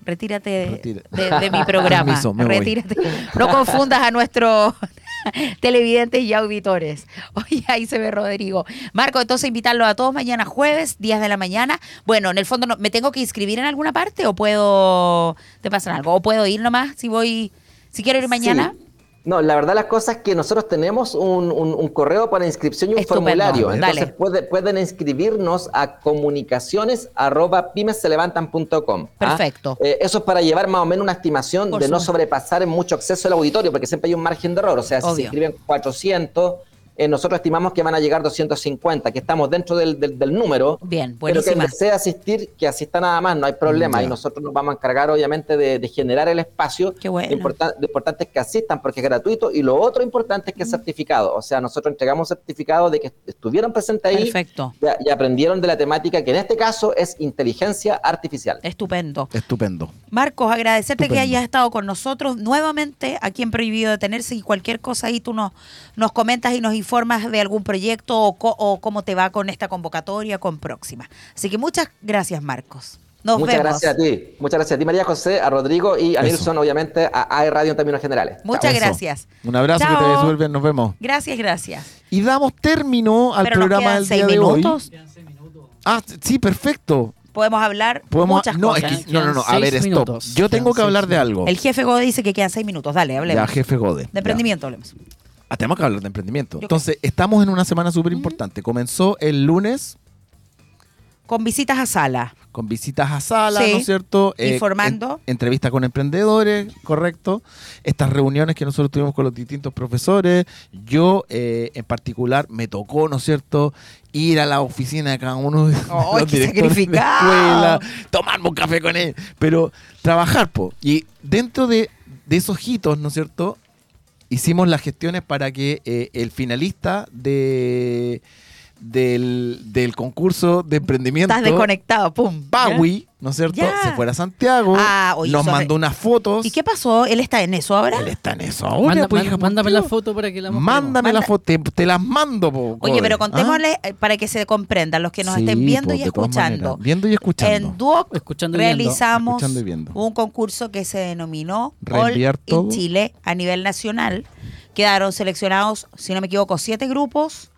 Speaker 4: Retírate de,
Speaker 5: Retira-
Speaker 4: de-
Speaker 5: [laughs]
Speaker 4: de mi programa.
Speaker 5: Permiso, me voy.
Speaker 4: Retírate. No confundas a nuestros [laughs] televidentes y auditores. Oye, ahí se ve Rodrigo. Marco, entonces invitarlos a todos mañana jueves, 10 de la mañana. Bueno, en el fondo, no- ¿me tengo que inscribir en alguna parte o puedo. ¿Te pasa algo? ¿O puedo ir nomás si voy. si quiero ir mañana?
Speaker 9: Sí. No, la verdad las cosas es que nosotros tenemos un, un- un correo para inscripción y un
Speaker 4: Estupendo,
Speaker 9: formulario.
Speaker 4: dale.
Speaker 9: Entonces puede- pueden inscribirnos a comunicaciones arroba pimesselevantan.com, ¿ah?
Speaker 4: Perfecto.
Speaker 9: Eh, eso es para llevar más o menos una estimación
Speaker 4: Por
Speaker 9: de no
Speaker 4: supuesto.
Speaker 9: sobrepasar en mucho acceso el auditorio, porque siempre hay un margen de error. O sea, si se
Speaker 4: Obvio.
Speaker 9: inscriben 400, eh, nosotros estimamos que van a llegar 250, que estamos dentro del, del- del número.
Speaker 4: Bien,
Speaker 9: Pero
Speaker 4: buenísima.
Speaker 9: que desea asistir, que asista nada más, no hay problema.
Speaker 5: Ya.
Speaker 9: Y nosotros nos vamos a encargar, obviamente, de, de generar el espacio.
Speaker 4: Qué bueno.
Speaker 9: Lo, importa- lo importante es que asistan porque es gratuito. Y lo otro importante es que es certificado. O sea, nosotros entregamos certificado de que estuvieron presentes ahí
Speaker 4: Perfecto.
Speaker 9: y a- y aprendieron de la temática, que en este caso es inteligencia
Speaker 4: Eh,
Speaker 9: artificial.
Speaker 4: Estupendo.
Speaker 5: Estupendo.
Speaker 4: Marcos, agradecerte que
Speaker 5: Estupendo.
Speaker 4: hayas estado con nosotros nuevamente aquí en Prohibido Detenerse y cualquier cosa ahí tú nos, nos comentas y nos informas de algún proyecto o, co- o cómo te va con esta convocatoria, con próxima. Así que muchas gracias, Marcos. Nos
Speaker 9: Muchas
Speaker 4: vemos.
Speaker 9: gracias a ti. Muchas gracias a ti, María José, a Rodrigo y a
Speaker 5: Eso.
Speaker 9: Nilsson, obviamente, a AE Radio en términos generales.
Speaker 4: Muchas
Speaker 5: Eso.
Speaker 4: gracias.
Speaker 5: Un abrazo, que te
Speaker 4: Chao.
Speaker 5: desuelven, nos vemos.
Speaker 4: Gracias, gracias.
Speaker 5: Y damos término al
Speaker 4: Pero nos
Speaker 5: programa
Speaker 4: quedan
Speaker 5: del
Speaker 4: seis
Speaker 5: día de hoy.
Speaker 4: minutos.
Speaker 5: Ah, sí, perfecto.
Speaker 4: Podemos hablar
Speaker 5: Podemos
Speaker 4: muchas
Speaker 5: no,
Speaker 4: cosas.
Speaker 5: es que- no, no, no, a
Speaker 7: Quedan
Speaker 5: ver,
Speaker 7: seis
Speaker 5: stop.
Speaker 7: minutos.
Speaker 5: Yo tengo
Speaker 7: Quedan
Speaker 5: que hablar
Speaker 7: seis
Speaker 5: de algo.
Speaker 4: El jefe Godo dice que quedan seis minutos. Dale,
Speaker 5: Ya,
Speaker 4: hablemos.
Speaker 5: jefe Gode.
Speaker 4: de
Speaker 5: Ya.
Speaker 4: emprendimiento, hablemos.
Speaker 5: Ah, tenemos que hablar de emprendimiento.
Speaker 4: Yo-
Speaker 5: Entonces, estamos en una semana súper importante. Comenzó el lunes
Speaker 4: Con visitas a sala.
Speaker 5: con visitas a salas,
Speaker 4: Sí.
Speaker 5: ¿no es cierto? Eh,
Speaker 4: Informando.
Speaker 5: en- entrevistas con emprendedores, correcto. Estas reuniones que nosotros tuvimos con los distintos profesores. Yo, eh, en particular, me tocó, ¿no es cierto?, ir a la oficina de cada uno de
Speaker 4: [laughs] ¡Ay,
Speaker 5: los
Speaker 4: qué
Speaker 5: directores de
Speaker 4: sacrificado!
Speaker 5: escuela, tomarme un café con él, pero trabajar, po. Y dentro de, de esos hitos, ¿no es cierto?, hicimos las gestiones para que eh, el finalista de del, del concurso de emprendimiento.
Speaker 4: Estás desconectado, pum.
Speaker 5: Paui, ¿no es cierto?
Speaker 4: Ya.
Speaker 5: Se fuera a Santiago,
Speaker 4: Ah, oye,
Speaker 5: nos
Speaker 4: sobre-
Speaker 5: mandó unas fotos.
Speaker 4: ¿Y qué pasó? ¿Él está en eso ahora?
Speaker 5: Él está en eso ahora,
Speaker 7: Manda-
Speaker 5: pues,
Speaker 7: man-
Speaker 5: hija, por
Speaker 7: mándame la
Speaker 5: Dios.
Speaker 7: foto para que la mostremos.
Speaker 5: Mándame las fotos, te, te las mando, po,
Speaker 4: Oye,
Speaker 5: cobre.
Speaker 4: pero
Speaker 5: ¿Ah?
Speaker 4: contémosle eh, para que se comprendan los que nos
Speaker 5: Sí,
Speaker 4: estén viendo
Speaker 5: po,
Speaker 4: y
Speaker 5: de todas
Speaker 4: escuchando.
Speaker 5: maneras. Viendo y escuchando.
Speaker 4: En Duoc
Speaker 7: Escuchando y viendo.
Speaker 4: realizamos
Speaker 5: Escuchando y viendo.
Speaker 4: un concurso que se denominó All
Speaker 5: Reenviar todo.
Speaker 4: in Chile a nivel nacional. Quedaron seleccionados, si no me equivoco, siete grupos.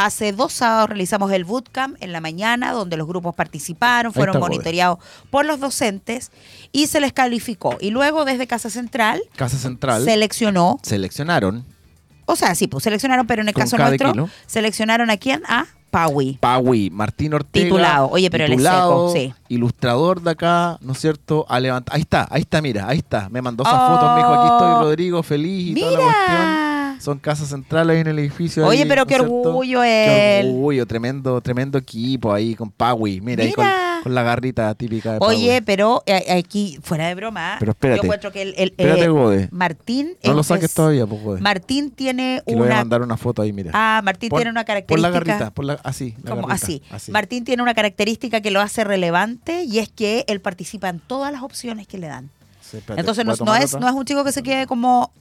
Speaker 4: Hace dos sábados realizamos el bootcamp en la mañana, donde los grupos participaron, fueron
Speaker 5: está, Godoy.
Speaker 4: monitoreados por los docentes y se les calificó. Y luego desde Casa Central
Speaker 5: Casa Central
Speaker 4: seleccionó,
Speaker 5: seleccionaron
Speaker 4: o sea, sí, pues seleccionaron, pero en el
Speaker 5: Con
Speaker 4: caso
Speaker 5: cada
Speaker 4: nuestro,
Speaker 5: kilo.
Speaker 4: seleccionaron a quién? A Paui.
Speaker 5: Paui, Martín Ortega.
Speaker 4: Titulado. Oye, pero él es
Speaker 5: titulado,
Speaker 4: seco, sí.
Speaker 5: Ilustrador de acá, ¿no es cierto? A levantar. Ahí está, ahí está, mira, ahí está. Me mandó esas
Speaker 4: Oh.
Speaker 5: fotos, me dijo, aquí estoy, Rodrigo, feliz y toda la cuestión.
Speaker 4: Mira.
Speaker 5: Son casas centrales ahí en el edificio.
Speaker 4: Oye,
Speaker 5: ahí,
Speaker 4: pero
Speaker 5: ¿no
Speaker 4: qué
Speaker 5: es cierto?
Speaker 4: orgullo
Speaker 5: Qué
Speaker 4: él.
Speaker 5: orgullo, tremendo, tremendo equipo ahí con Paui. Mira, ahí con,
Speaker 4: Mira.
Speaker 5: con la garrita típica de
Speaker 4: Oye,
Speaker 5: Paui.
Speaker 4: pero eh, aquí, fuera de broma,
Speaker 5: Pero espérate.
Speaker 4: yo encuentro que el, el-
Speaker 5: Espérate,
Speaker 4: eh,
Speaker 5: Gode.
Speaker 4: Martín...
Speaker 5: No lo
Speaker 4: empe-
Speaker 5: saques todavía, pues, Gode.
Speaker 4: Martín tiene
Speaker 5: Que le voy a
Speaker 4: una...
Speaker 5: mandar una foto ahí, mira.
Speaker 4: Ah, Martín
Speaker 5: Pon-
Speaker 4: tiene una
Speaker 5: Por la
Speaker 4: característica...
Speaker 5: garrita, por la, así. la
Speaker 4: como
Speaker 5: garrita,
Speaker 4: así. Martín tiene una característica que lo hace relevante y es que él participa en todas las opciones que le dan.
Speaker 5: Sí, espérate,
Speaker 4: Entonces
Speaker 5: voy
Speaker 4: no,
Speaker 5: a
Speaker 4: no
Speaker 5: tomar
Speaker 4: es,
Speaker 5: otra.
Speaker 4: no es un chico que se quede como...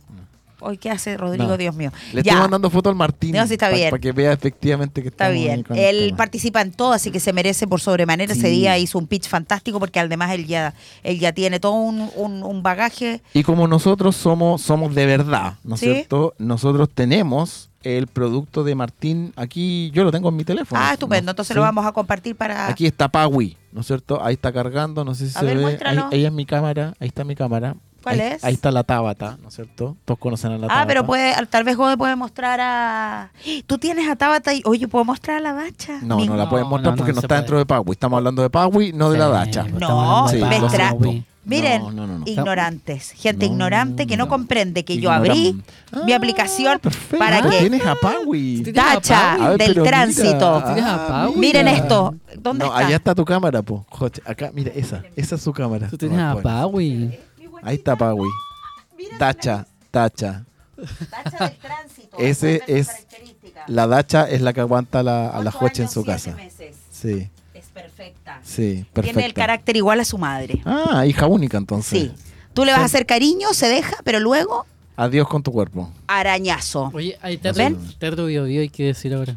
Speaker 4: Hoy, ¿qué hace Rodrigo?
Speaker 5: No.
Speaker 4: Dios mío.
Speaker 5: Le
Speaker 4: Ya.
Speaker 5: estoy mandando foto al Martín.
Speaker 4: No, sí, está bien.
Speaker 5: Para que vea efectivamente que
Speaker 4: Está
Speaker 5: estamos
Speaker 4: bien.
Speaker 5: con el
Speaker 4: Él
Speaker 5: tema.
Speaker 4: participa en todo, así que se merece por sobremanera. Ese
Speaker 5: Sí.
Speaker 4: día hizo un pitch fantástico porque además él ya, él ya tiene todo un, un- un bagaje.
Speaker 5: Y como nosotros somos, somos de verdad, ¿no es
Speaker 4: Sí.
Speaker 5: cierto? Nosotros tenemos el producto de Martín aquí, yo lo tengo en mi teléfono.
Speaker 4: ah, estupendo. Entonces lo
Speaker 5: Sí.
Speaker 4: vamos a compartir para...
Speaker 5: Aquí está Pawi, ¿no es cierto? Ahí está cargando, no sé si
Speaker 4: A
Speaker 5: se
Speaker 4: ver,
Speaker 5: ve.
Speaker 4: muéstralo.
Speaker 5: Ahí, ahí es mi cámara, ahí está mi cámara.
Speaker 4: ¿Cuál
Speaker 5: Ahí-
Speaker 4: es?
Speaker 5: Ahí está la Tabata, ¿no es cierto? Todos conocen a la Tabata.
Speaker 4: Ah, pero puede, tal vez Gode puede mostrar a... Tú tienes a Tabata y... Oye, ¿puedo mostrar a la dacha?
Speaker 5: No, no la
Speaker 7: No,
Speaker 5: pueden mostrar
Speaker 7: no, no,
Speaker 5: porque no,
Speaker 7: no se
Speaker 5: está
Speaker 7: puede.
Speaker 5: dentro de Pawi. Estamos hablando de Pawi, no de la Dacha.
Speaker 7: pues, estamos
Speaker 4: No,
Speaker 7: hablando
Speaker 5: Sí,
Speaker 7: de
Speaker 4: me
Speaker 5: lo
Speaker 7: Paula,
Speaker 4: tra-
Speaker 5: trapo.
Speaker 7: güey.
Speaker 4: Miren,
Speaker 5: No, no, no, no.
Speaker 4: ignorantes, gente
Speaker 5: No,
Speaker 4: ignorante que no
Speaker 5: no.
Speaker 4: comprende que
Speaker 5: Ignoram.
Speaker 4: yo abrí mi aplicación
Speaker 5: Perfecto.
Speaker 4: para
Speaker 5: Ah,
Speaker 4: que
Speaker 5: Tienes a Pawi.
Speaker 7: Tienes a
Speaker 4: Dacha
Speaker 7: Paui.
Speaker 5: Ah,
Speaker 4: del
Speaker 5: Ay, pero mira.
Speaker 4: tránsito.
Speaker 5: Ah,
Speaker 7: Tienes a Paula.
Speaker 4: Miren esto. ¿Dónde
Speaker 5: no,
Speaker 4: está?
Speaker 5: allá está tu cámara, po. Joche, acá, mira, esa. Esa es su cámara.
Speaker 7: Tú tienes a
Speaker 5: Bueno,
Speaker 7: Paui.
Speaker 5: Ahí está Pawi. Dacha, Dacha.
Speaker 4: Dacha del tránsito.
Speaker 5: Ese
Speaker 4: hay que ver sus
Speaker 5: es
Speaker 4: características.
Speaker 5: La Dacha es la que aguanta la- a la
Speaker 4: Ocho
Speaker 5: Joche en
Speaker 4: años,
Speaker 5: su
Speaker 4: siete
Speaker 5: casa.
Speaker 4: meses.
Speaker 5: Sí,
Speaker 4: Es perfecta.
Speaker 5: sí,
Speaker 4: Tiene el
Speaker 5: perfecto.
Speaker 4: carácter igual a su madre.
Speaker 5: Ah, hija única entonces.
Speaker 4: Sí. Tú le vas a hacer cariño, se deja, pero luego
Speaker 5: Adiós con tu cuerpo.
Speaker 4: arañazo.
Speaker 7: Oye, hay
Speaker 4: ¿Ven?
Speaker 7: teatro, teatro Bio Bio, hay que decir ahora.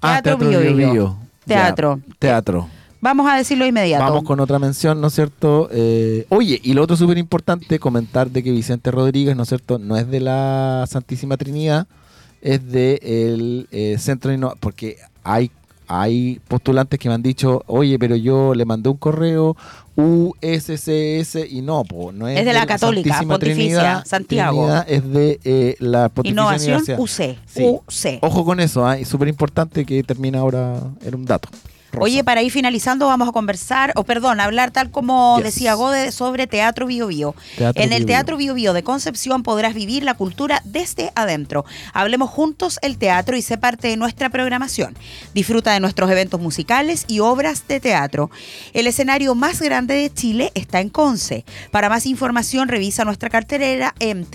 Speaker 5: Ah,
Speaker 4: Teatro
Speaker 5: Teatro
Speaker 4: Bio
Speaker 5: Bio
Speaker 4: Bio.
Speaker 5: Bio. Ya,
Speaker 4: Teatro.
Speaker 5: Teatro.
Speaker 4: Vamos a decirlo inmediato.
Speaker 5: Vamos con otra mención, ¿no es cierto? Eh, oye, y lo otro súper importante, comentar de que Vicente Rodríguez, ¿no es cierto? No es de la Santísima Trinidad, es del el eh, Centro de Innovación, porque hay, hay postulantes que me han dicho, oye, pero yo le mandé un correo USCS y no, po, no es,
Speaker 4: Es de la Católica,
Speaker 5: Santísima
Speaker 4: Pontificia,
Speaker 5: Trinidad,
Speaker 4: Santiago.
Speaker 5: Trinidad, es de eh, la Pontificia
Speaker 4: Innovación
Speaker 5: Universidad.
Speaker 4: UC.
Speaker 5: Sí.
Speaker 4: UC.
Speaker 5: Ojo con eso, ¿ah? y súper importante que termina ahora en un dato. Rosa.
Speaker 4: Oye, para ir finalizando, vamos a conversar, o perdón, hablar tal como
Speaker 5: Yes.
Speaker 4: decía Gode sobre Teatro Bio Bio.
Speaker 5: Teatro
Speaker 4: en el
Speaker 5: Bio Bio.
Speaker 4: Teatro Bio Bio de Concepción podrás vivir la cultura desde adentro. Hablemos juntos el teatro y sé parte de nuestra programación. Disfruta de nuestros eventos musicales y obras de teatro. El escenario más grande de Chile está en Conce. Para más información, revisa nuestra cartelera en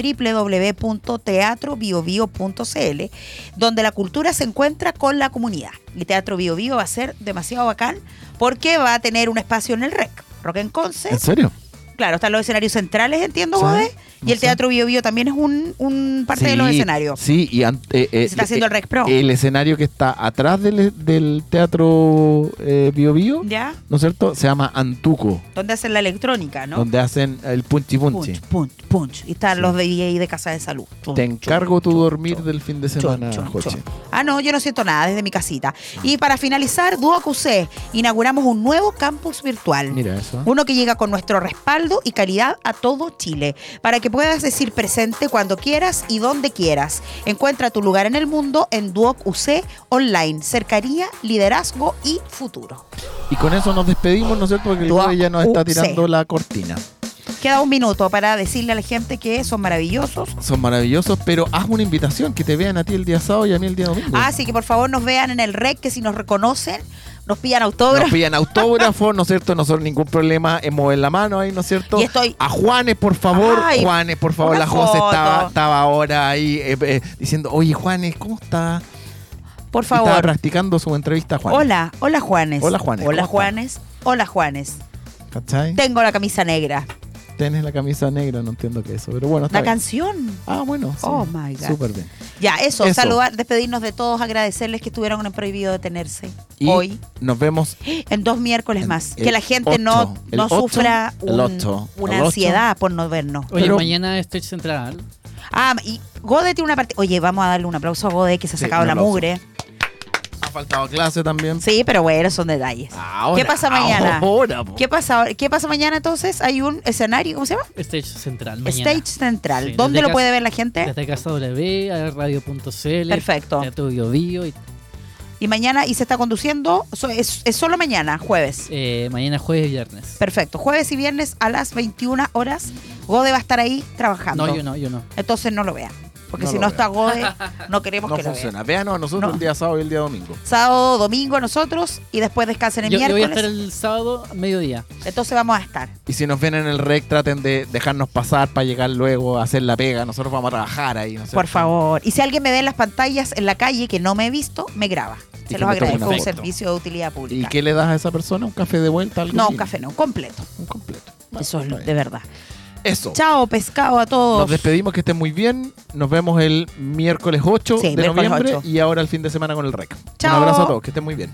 Speaker 4: www.teatrobiobio.cl, donde la cultura se encuentra con la comunidad. Y Teatro Bio Bio va a ser demasiado bacán porque va a tener un espacio en el REC. Rock en Conce.
Speaker 5: ¿En serio?
Speaker 4: Claro, están los escenarios centrales, entiendo,
Speaker 5: Sí,
Speaker 4: Godet, y
Speaker 5: no
Speaker 4: el
Speaker 5: sé.
Speaker 4: Teatro Bio Bio también es un, un parte de los
Speaker 5: Sí,
Speaker 4: escenarios.
Speaker 5: Sí, y an- eh, eh,
Speaker 4: Se está haciendo
Speaker 5: eh,
Speaker 4: el Rec Pro.
Speaker 5: El escenario que está atrás del, del teatro eh, Bio Bio,
Speaker 4: ¿Ya?
Speaker 5: ¿no es cierto? Se llama Antuco,
Speaker 4: Donde hacen la electrónica, ¿no?
Speaker 5: donde hacen el punchi punchi.
Speaker 4: Punch, punch, punch. Y están
Speaker 5: Sí.
Speaker 4: los de DJ de Casa de Salud. Chun,
Speaker 5: Te
Speaker 4: chun,
Speaker 5: encargo tu
Speaker 4: chun,
Speaker 5: dormir
Speaker 4: chun,
Speaker 5: del fin de
Speaker 4: chun,
Speaker 5: semana,
Speaker 4: chun,
Speaker 5: Joche.
Speaker 4: chun. Ah, no, yo no siento nada desde mi casita. Y para finalizar, Dúo QC, inauguramos un nuevo campus virtual.
Speaker 5: Mira eso.
Speaker 4: Uno que llega con nuestro respaldo y calidad a todo Chile, para que puedas decir presente cuando quieras y donde quieras. Encuentra tu lugar en el mundo en Duoc UC Online, cercanía, liderazgo y futuro.
Speaker 5: Y con eso nos despedimos, ¿no es cierto? Porque el
Speaker 4: Tú
Speaker 5: Godoy ya nos está
Speaker 4: UC.
Speaker 5: tirando la cortina.
Speaker 4: Queda un minuto para decirle a la gente que son maravillosos.
Speaker 5: Son maravillosos, pero haz una invitación, que te vean a ti el día sábado y a mí el día domingo.
Speaker 4: Así que por favor nos vean en el rec, que si nos reconocen, nos pillan
Speaker 5: Nos
Speaker 4: autógrafos.
Speaker 5: pillan autógrafos, ¿no es cierto? Nosotros ningún problema en mover la mano ahí, ¿no es cierto?
Speaker 4: Y estoy-
Speaker 5: A Juanes, por favor.
Speaker 4: Ay,
Speaker 5: Juanes, por favor.
Speaker 4: una
Speaker 5: La José estaba,
Speaker 4: foto.
Speaker 5: estaba ahora ahí eh, eh, diciendo, oye, Juanes, ¿cómo está?
Speaker 4: Por
Speaker 5: Estaba
Speaker 4: favor.
Speaker 5: practicando su entrevista, Juan.
Speaker 4: Hola, hola Juanes.
Speaker 5: Hola, Juanes.
Speaker 4: Hola
Speaker 5: ¿Cómo estás?
Speaker 4: Juanes. Hola Juanes.
Speaker 5: ¿Cachai?
Speaker 4: Tengo la camisa negra.
Speaker 5: Tienes la camisa negra, no entiendo qué es eso. Pero bueno, está
Speaker 4: La
Speaker 5: bien.
Speaker 4: canción.
Speaker 5: Ah, bueno. sí.
Speaker 4: Oh my God.
Speaker 5: Súper bien.
Speaker 4: Ya, eso,
Speaker 5: Eso.
Speaker 4: saludar, despedirnos de todos, agradecerles que estuvieron en prohibido detenerse
Speaker 5: Y
Speaker 4: hoy,
Speaker 5: nos vemos
Speaker 4: en dos miércoles más.
Speaker 5: el
Speaker 4: Que la gente no,
Speaker 5: ocho, el
Speaker 4: no
Speaker 5: ocho,
Speaker 4: sufra
Speaker 5: el
Speaker 4: un-
Speaker 5: ocho,
Speaker 4: una
Speaker 5: el ocho.
Speaker 4: ansiedad por no vernos.
Speaker 7: Oye,
Speaker 5: Pero-
Speaker 7: mañana Stage Central.
Speaker 4: Ah, y Gode tiene una parte. Oye, vamos a darle un aplauso a Gode que se ha
Speaker 5: Sí,
Speaker 4: sacado
Speaker 5: un
Speaker 4: la
Speaker 5: aplauso.
Speaker 4: mugre.
Speaker 5: Ha faltado clase también.
Speaker 4: Sí, pero bueno, son detalles.
Speaker 5: Ahora,
Speaker 4: ¿Qué pasa mañana?
Speaker 5: ahora, po.
Speaker 4: ¿Qué pasa, ahora- ¿Qué pasa mañana entonces? Hay un escenario, ¿cómo se llama?
Speaker 7: Stage Central. Mañana.
Speaker 4: Stage Central.
Speaker 7: Sí,
Speaker 4: ¿Dónde
Speaker 7: desde
Speaker 4: lo
Speaker 7: casa-
Speaker 4: puede ver la gente?
Speaker 7: Desde Casa W, a radio.cl.
Speaker 4: Perfecto.
Speaker 7: Teatro Bio Bio. y,
Speaker 4: Y mañana, y se está conduciendo, so- es, es solo mañana, jueves.
Speaker 7: eh, mañana jueves y viernes.
Speaker 4: Perfecto. Jueves y viernes a las 21 horas, Gode va a estar ahí trabajando.
Speaker 7: No, yo no, yo no.
Speaker 4: Entonces no lo vean. Porque
Speaker 5: No
Speaker 4: si
Speaker 5: lo
Speaker 4: no
Speaker 5: vean.
Speaker 4: está
Speaker 7: [laughs]
Speaker 4: Gode, no queremos
Speaker 5: No
Speaker 4: que
Speaker 5: funciona.
Speaker 4: lo
Speaker 5: Vean a nosotros
Speaker 4: No.
Speaker 5: el día sábado y el día domingo.
Speaker 4: vean. Sábado, domingo nosotros y después descansen el
Speaker 7: Yo, yo voy a
Speaker 4: miércoles.
Speaker 7: estar el sábado a mediodía.
Speaker 4: Entonces vamos a estar.
Speaker 5: Y si nos ven en el rec, traten de dejarnos pasar para llegar luego a hacer la pega. Nosotros vamos a trabajar ahí. ¿no es
Speaker 4: Por
Speaker 5: cierto?
Speaker 4: favor. Y si alguien me ve en las pantallas en la calle que no me he visto, me graba.
Speaker 5: Y
Speaker 4: Se
Speaker 5: que
Speaker 4: los
Speaker 5: me tome
Speaker 4: agradezco.
Speaker 5: una
Speaker 4: Un
Speaker 5: foto.
Speaker 4: servicio de utilidad
Speaker 5: ¿Y
Speaker 4: pública.
Speaker 5: qué le das a esa persona? ¿Un café de vuelta? algo
Speaker 4: No, un
Speaker 5: así?
Speaker 4: café no, completo.
Speaker 5: Un completo. Bueno,
Speaker 4: Eso es
Speaker 5: está bien.
Speaker 4: de verdad.
Speaker 5: Eso.
Speaker 4: Chao, pescado a
Speaker 5: Nos
Speaker 4: todos.
Speaker 5: despedimos, que estén muy bien. Nos vemos el miércoles 8
Speaker 4: Sí,
Speaker 5: de
Speaker 4: miércoles
Speaker 5: noviembre
Speaker 4: 8.
Speaker 5: y ahora el fin de semana con el rec.
Speaker 4: Chao.
Speaker 5: Un abrazo a todos, que estén muy bien.